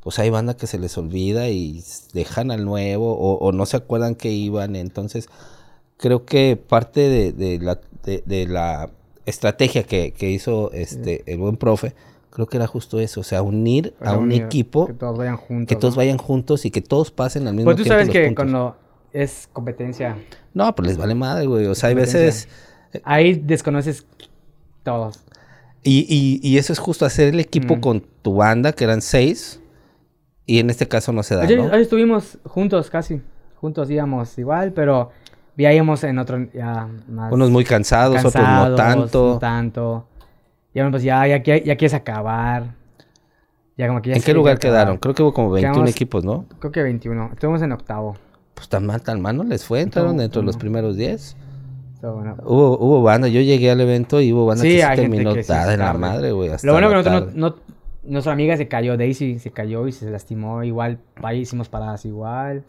pues hay banda que se les olvida y s- dejan al nuevo o, o no se acuerdan que iban. Entonces, creo que parte de, de la, de- de la estrategia que, que hizo este, el buen profe, creo que era justo eso, o sea, unir O sea, a un unidad, equipo, Que todos vayan juntos. que todos ¿no? vayan juntos y que todos pasen al mismo Pues tú tiempo sabes los que puntos. cuando es competencia, No, pues les vale madre, güey. O sea, hay veces. ahí desconoces todos. Y, y- y eso es justo hacer el equipo Mm. con tu banda, que eran seis. Y en este caso no se da, Ayer, ¿no? ayer estuvimos juntos casi. Juntos íbamos igual, pero ya íbamos en otro ya más. Unos muy cansados, otros no cansados, tanto. no tanto. Y bueno, pues ya, ya, qui- ya quieres acabar. Ya como que ya ¿En se qué quiere lugar acabar. quedaron? Creo que hubo como 21 Quedamos- equipos, ¿no? Creo que 21. Estuvimos en octavo. Pues tan mal, tan mal no les fue. Entraron No, dentro de los no. primeros 10. Estuvo bueno. Hubo, hubo banda. Yo llegué al evento y hubo banda Sí, que se hay gente terminó que sí, tarde, la tarde. madre, güey. hasta Lo bueno que la nosotros tarde. no, no- Nuestra amiga se cayó, Daisy se cayó y se lastimó igual. Ahí hicimos paradas igual.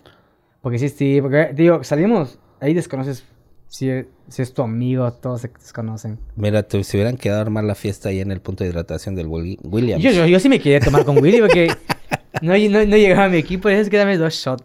Porque sí, sí, porque digo, salimos, ahí desconoces si es, si es tu amigo, todos se desconocen. Mira, te, se hubieran quedado a armar la fiesta ahí en el punto de hidratación del Willi- Williams. Yo, yo, yo sí me quería tomar con Willy porque no, no, no llegaba a mi equipo. Es que dame dos shots.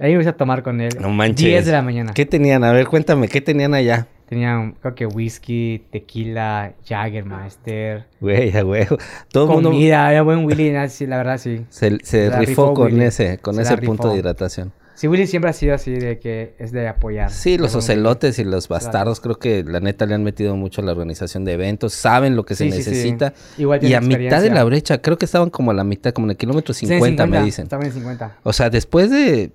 Ahí me puse a tomar con él. No manches. 10 de la mañana. ¿Qué tenían? A ver, cuéntame, ¿qué tenían allá? Tenía, un- creo que whisky, tequila, Jaggermeister, Güey, a huevo. Todo el mundo comida. Era buen Willy, (laughs) la sí, la verdad sí. se, se Se la rifó rifó, con Willy. ese, con Se la ese punto rifó. de hidratación. Sí, Willy siempre ha sido así de que es de apoyar. Sí, los Era buen Willy. ocelotes y los bastardos creo que la neta le han metido mucho a la organización de eventos, saben lo que se Sí, sí, sí. necesita. Igual Y tiene a mitad de experiencia. la brecha, creo que estaban como a la mitad, como en el kilómetro Sí, en 50, me dicen. Estaban en 50. O sea, después de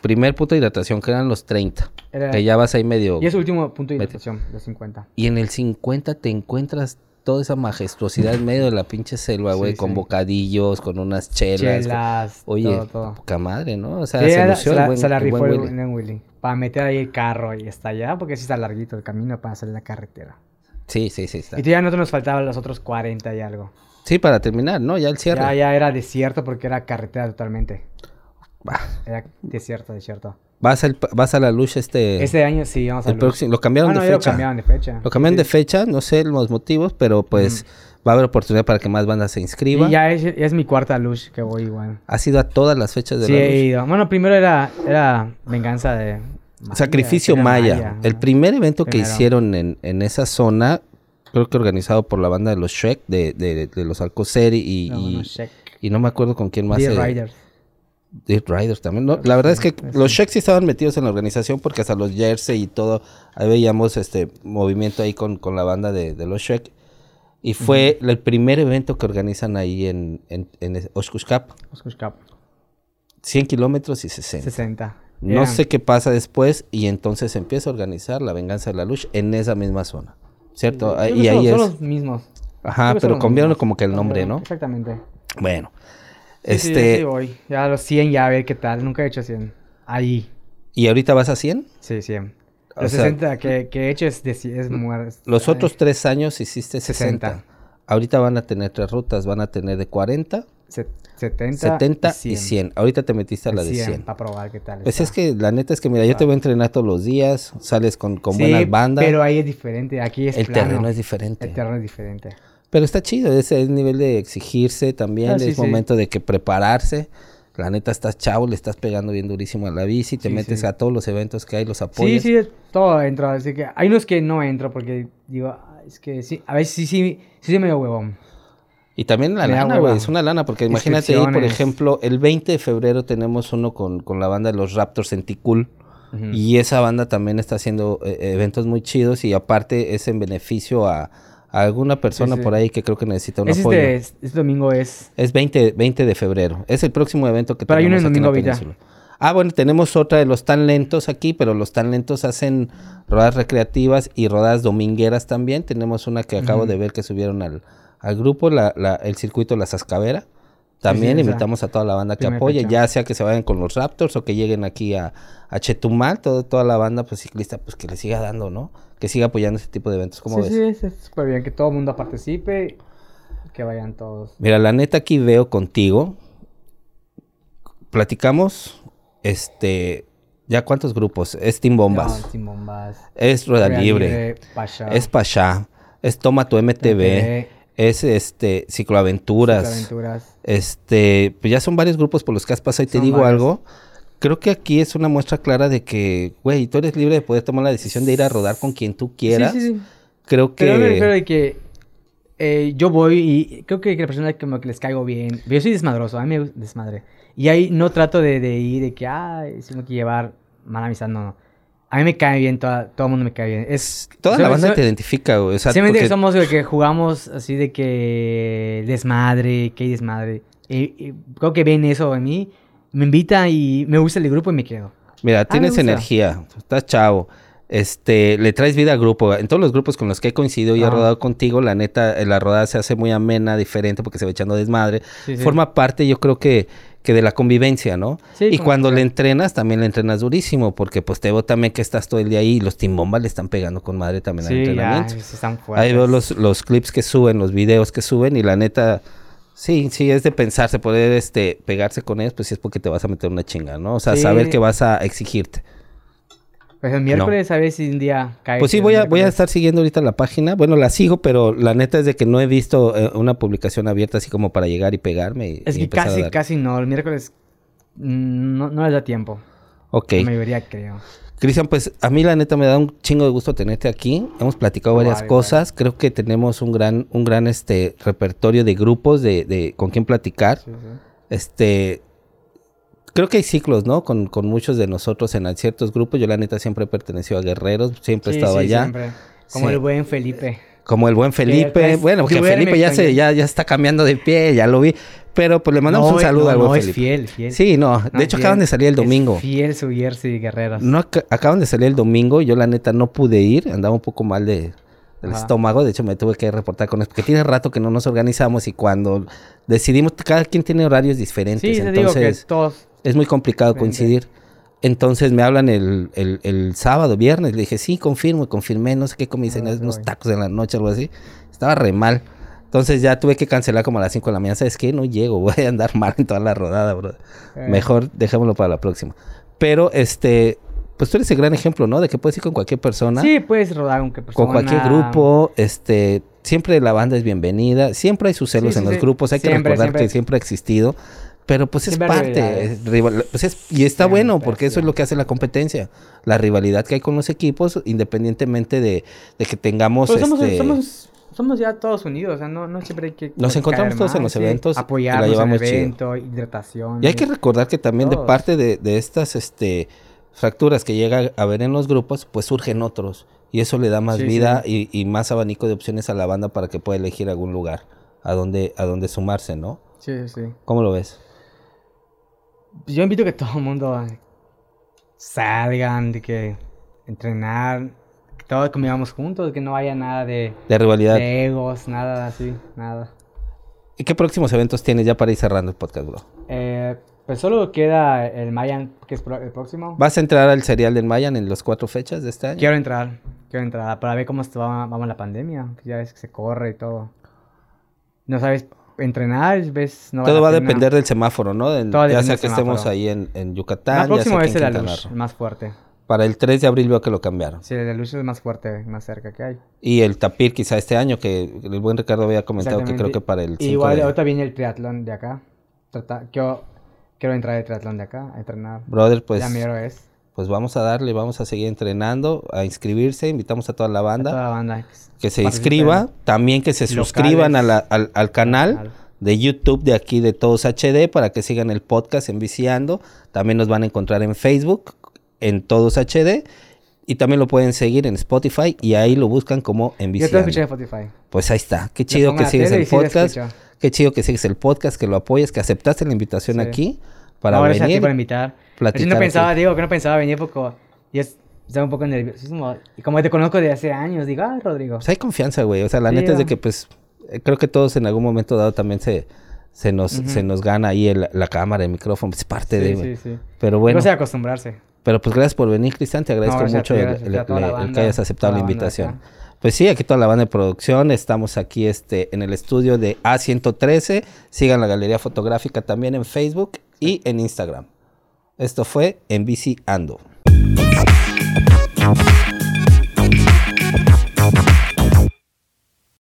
primer punto de hidratación, que eran los 30, Era- que ya vas ahí medio... Y es su último punto de Vete. hidratación, los 50. Y en el 50 te encuentras toda esa majestuosidad en medio de la pinche selva, Sí, güey, sí. con bocadillos, con unas chelas. con- Chelas, Oye, todo, todo. poca madre, ¿no? O sea, Sí, se era- lució se el la, buen- se la el rifó buen el Willy. buen Willy. Para meter ahí el carro y hasta allá, porque sí está larguito el camino para hacer la carretera. Sí, sí, sí. Está. Y todavía a nosotros nos faltaban los otros 40 y algo. Sí, para terminar, ¿no? Ya el cierre. Ya, ya era desierto porque era carretera totalmente. Bah, Era desierto, desierto. Vas, al- vas a la luz este... Este año sí, vamos a el Luz. próximo, lo Ah, cambiaron no, de ya lo fecha. cambiaron de fecha. Lo cambiaron de fecha, no sé los motivos, pero pues va a haber oportunidad para que más bandas se inscriban. Mm. Y ya es, ya es mi cuarta luz que voy igual. Has ido a todas las fechas de Sí, la he luz. ido. Bueno, primero era, era venganza de... Maya, Sacrificio era Maya. El ajá. primer evento que Primero. hicieron en, en esa zona, creo que organizado por la banda de los Shrek, de, de- de los Alcocer y, No, y, no, check. y no me acuerdo con quién más. Dear eh, Riders. Dead Riders también, ¿no? La verdad es que los Shacks sí estaban metidos en la organización porque hasta los Jersey y todo, ahí veíamos este movimiento ahí con, con la banda de, de los Shack. Y fue el primer evento que organizan ahí en, en, en Oshkoshkap. Oscar Cap, 100 kilómetros y 60. 60. No Eran- sé qué pasa después y entonces se empieza a organizar la venganza de la luz en esa misma zona. ¿Cierto? Ah, Creo que y son- ahí son es... los mismos. Ajá, Creo que son pero los cambiaron mismos. como que el nombre, ¿no? Exactamente. Bueno. Sí, sí, Este... sí, voy. Ya a los 100 ya a ver qué tal. Nunca he hecho 100. Ahí. ¿Y ahorita vas a 100? Sí, 100. O Los sea, 60 que, que he hecho es, de, es muer- Los eh, otros tres años hiciste 60. 60. Ahorita van a tener tres rutas. Van a tener de 40, se- 70, 70 y 100. Ahorita te metiste a la de 100. Para probar qué tal. Pues está. es que la neta es que, mira, yo te voy a entrenar todos los días. Sales con, con Sí, buenas bandas. Pero ahí es diferente. Aquí es el plano. terreno es diferente. El terreno es diferente. Pero está chido. Ese es el nivel de exigirse también. Ah, es sí, sí. momento de que prepararse. La neta, estás chavo, le estás pegando bien durísimo a la bici. Te Sí, metes sí. a todos los eventos que hay, los apoyas. Sí, sí, todo entro. Así que hay unos que no entro porque digo, "Ah, es que sí, a veces sí, sí, sí, sí me huevón. Y también la Me da lana, hueva. güey, es una lana, porque imagínate ahí, por Inscripciones. ejemplo, el 20 de febrero tenemos uno con, con la banda de los Raptors en Tikul. Mm. Y esa banda también está haciendo eh, eventos muy chidos y aparte es en beneficio a, a alguna persona sí. por ahí que creo que necesita un Ese apoyo. este, este domingo es. Es 20, 20 de febrero. Es el próximo evento que Pero hay uno tenemos en aquí la domingo ahorita. península. Ah, bueno, tenemos otra de los tan lentos aquí, pero los tan lentos hacen rodadas recreativas y rodadas domingueras también. Tenemos una que acabo Ujú. de ver que subieron al, al grupo, la, la- el circuito La Sascavera. También sí, esa. invitamos a toda la banda que Primera apoye, fecha. ya sea que se vayan con los Raptors o que lleguen aquí a, a Chetumal, todo- toda la banda pues ciclista, pues que le siga dando, ¿no? Que siga apoyando ese tipo de eventos. ¿Cómo sí, ves? sí, es- es súper bien que todo el mundo participe. Que vayan todos. Mira, la neta aquí veo contigo. Platicamos, este, ya cuántos grupos. Es Team Bombas, No, sin bombas. es Rueda Rueda Libre, Pasha, es Pachá, es Toma tu MTV, MTV, es este Cicloaventuras, Aventuras. este, pues ya son varios grupos por los que has pasado y te Son digo varios. algo. Creo que aquí es una muestra clara de que, güey, tú eres libre de poder tomar la decisión de ir a rodar con quien tú quieras. Sí, sí, sí. Creo que Pero me refiero de que eh, yo voy y creo que la persona como que les caigo bien. Yo soy desmadroso, a mí me gusta desmadre. Y ahí no trato de, de ir de que, ah, tengo que llevar mala amistad, no, no. A mí me cae bien, toda- todo el mundo me cae bien. Es, toda la so- banda so- te identifica, güey. O sea, simplemente porque- somos de que jugamos así de que desmadre, que hay desmadre. Y, y creo que ven eso en mí, me invita y me gusta el grupo y me quedo. Mira, me tienes gusta. energía, estás chavo, este, le traes vida al grupo. En todos los grupos con los que he coincidido y he Ajá. rodado contigo, la neta, eh, la rodada se hace muy amena, diferente, porque se va echando desmadre. Sí, sí. Forma parte, yo creo que, que de la convivencia, ¿no? Sí, y como cuando que- le entrenas, también le entrenas durísimo, porque pues te veo también que estás todo el día ahí y los timbombas le están pegando con madre también al Sí, ya, entrenamiento. sí están fuertes. Ahí veo los, los clips que suben, los videos que suben y la neta, sí, sí, es de pensarse, poder este, pegarse con ellos, pues sí es porque te vas a meter una chinga, ¿no? O sea, Sí. saber que vas a exigirte. Pues el miércoles a ver si un día cae. Pues sí, el voy a, voy a miércoles. estar siguiendo ahorita la página, bueno, la sigo, pero la neta es de que no he visto eh, una publicación abierta así como para llegar y pegarme. Y, Es y que empezar a casi, dar. casi no. El miércoles mm, no, no les da tiempo. Ok. La mayoría creo. Cristian, pues a mí la neta me da un chingo de gusto tenerte aquí. Hemos platicado Igual, varias igual. cosas. Creo que tenemos un gran, un gran este, repertorio de grupos de, de con quién platicar. Sí, sí. este creo que hay ciclos, ¿no? Con, con muchos de nosotros en ciertos grupos. Yo la neta siempre he pertenecido a guerreros, siempre he Sí, estado sí, allá. siempre. Pues Como Sí. el buen Felipe. Como el buen Felipe. traes- Bueno, porque duerme Felipe ya con se, él. ya, ya está cambiando de pie, ya lo vi. Pero pues le mandamos No, un saludo no, al buen no, Felipe. es fiel, fiel. Sí, no. De No, hecho, fiel. acaban de salir el Es domingo. fiel su jersey, guerreros. No ac- acaban de salir el domingo, yo la neta no pude ir, andaba un poco mal de del Ajá. estómago, de hecho me tuve que reportar con eso, porque tiene rato que no nos organizamos y cuando decidimos, cada quien tiene horarios diferentes, sí, te digo que entonces todos. es muy complicado Vente. coincidir. Entonces me hablan el, el- el sábado, viernes, le dije, sí, confirmo, y confirmé, no sé qué comí, Ah, cené qué unos bueno. tacos en la noche, algo así, estaba re mal. Entonces ya tuve que cancelar como a las 5 de la mañana, ¿sabes qué? No llego, (laughs) voy a andar mal en toda la rodada, bro. eh, Mejor dejémoslo para la próxima. Pero este, pues tú eres el gran ejemplo, ¿no? De que puedes ir con cualquier persona, Sí, puedes rodar aunque persona. con cualquier grupo, este, siempre la banda es bienvenida, siempre hay sus celos Sí, en sí, los sí. grupos, hay que Siempre, recordar siempre. que siempre ha existido, pero pues es Siempre hay parte, rivalidades. es rival- pues es- y está Siempre, bueno porque eso es siempre. lo que hace la competencia, la rivalidad que hay con los equipos, independientemente de, de que tengamos... Pero Pues somos, este, somos, somos ya todos unidos. O sea, no, no siempre hay que. Nos encontramos caer todos en mal, los eventos y la Apoyarnos llevamos en chido. el evento, hidratación. Y hay que recordar que también de Todos. parte de, de estas este, fracturas que llega a haber en los grupos, pues surgen otros. Y eso le da más Sí, vida Y, y más abanico de opciones a la banda para que pueda elegir algún lugar a donde, a donde sumarse, ¿no? Sí, sí, sí. ¿Cómo lo ves? Yo invito a que todo el mundo salgan, de que entrenar, que todos comíamos juntos, que no haya nada de, De rivalidad. de egos, nada así, nada. ¿Y qué próximos eventos tienes ya para ir cerrando el podcast, bro? Eh, pues solo queda el Mayan, que es pro- el próximo. ¿Vas a entrar al serial del Mayan en las cuatro fechas de este año? Quiero entrar, quiero entrar para ver cómo se va, vamos la pandemia. Ya ves que se corre y todo. No sabes entrenar, ves. No vale Todo la va a pena. depender del semáforo, ¿no? Del- Todo ya depende sea del que estemos semáforo. ahí en, en Yucatán. Más ya sea próximo que es en el Quintana Alush, el Roo. más fuerte. Para el 3 de abril veo que lo cambiaron. Sí, el Alush es más fuerte, más cerca que hay. Y el tapir quizá este año, que el buen Ricardo había comentado que Exactamente. creo que para el 5 Igual de... ahorita viene el triatlón de acá. Trata- Yo quiero entrar al triatlón de acá, a entrenar. Brother, pues, ya mero es. pues vamos a darle, vamos a seguir entrenando, a inscribirse, invitamos a toda la a banda Toda la banda. que se Participen. inscriba, también que se Locales. suscriban a la- al, al canal Canal. de YouTube de aquí de Todos HD para que sigan el podcast en Viciando, también nos van a encontrar en Facebook, en Todos HD, y también lo pueden seguir en Spotify y ahí lo buscan como en Yo te lo escuché en Viciando. Spotify. Pues ahí está, qué Le chido pongo que la sigues tele el y sí la podcast. escucho. Qué chido que sigues el podcast, que lo apoyes, que aceptaste la invitación Sí. aquí para No, gracias a ti venir. por invitar. Yo platicar no aquí. pensaba, digo, que no pensaba venir porque yo es- estaba un poco nerviosísimo. Y como te conozco de hace años, digo, ah, Rodrigo. Pues hay confianza, güey. O sea, la Sí, neta es de va. que, pues, eh, creo que todos en algún momento dado también se, se, nos, se nos gana ahí el- la cámara, el micrófono, pues, es parte de... sí, güey. sí, sí. Pero bueno, No sé acostumbrarse. pero pues gracias por venir, Cristian. Te agradezco gracias a mucho ti, el- gracias el- a toda la el- el que banda, hayas aceptado la toda la banda invitación. acá. Pues sí, aquí toda la banda de producción. Estamos aquí este, en el estudio de A113. Sigan la Galería Fotográfica también en Facebook y en Instagram. Esto fue En Bici Ando.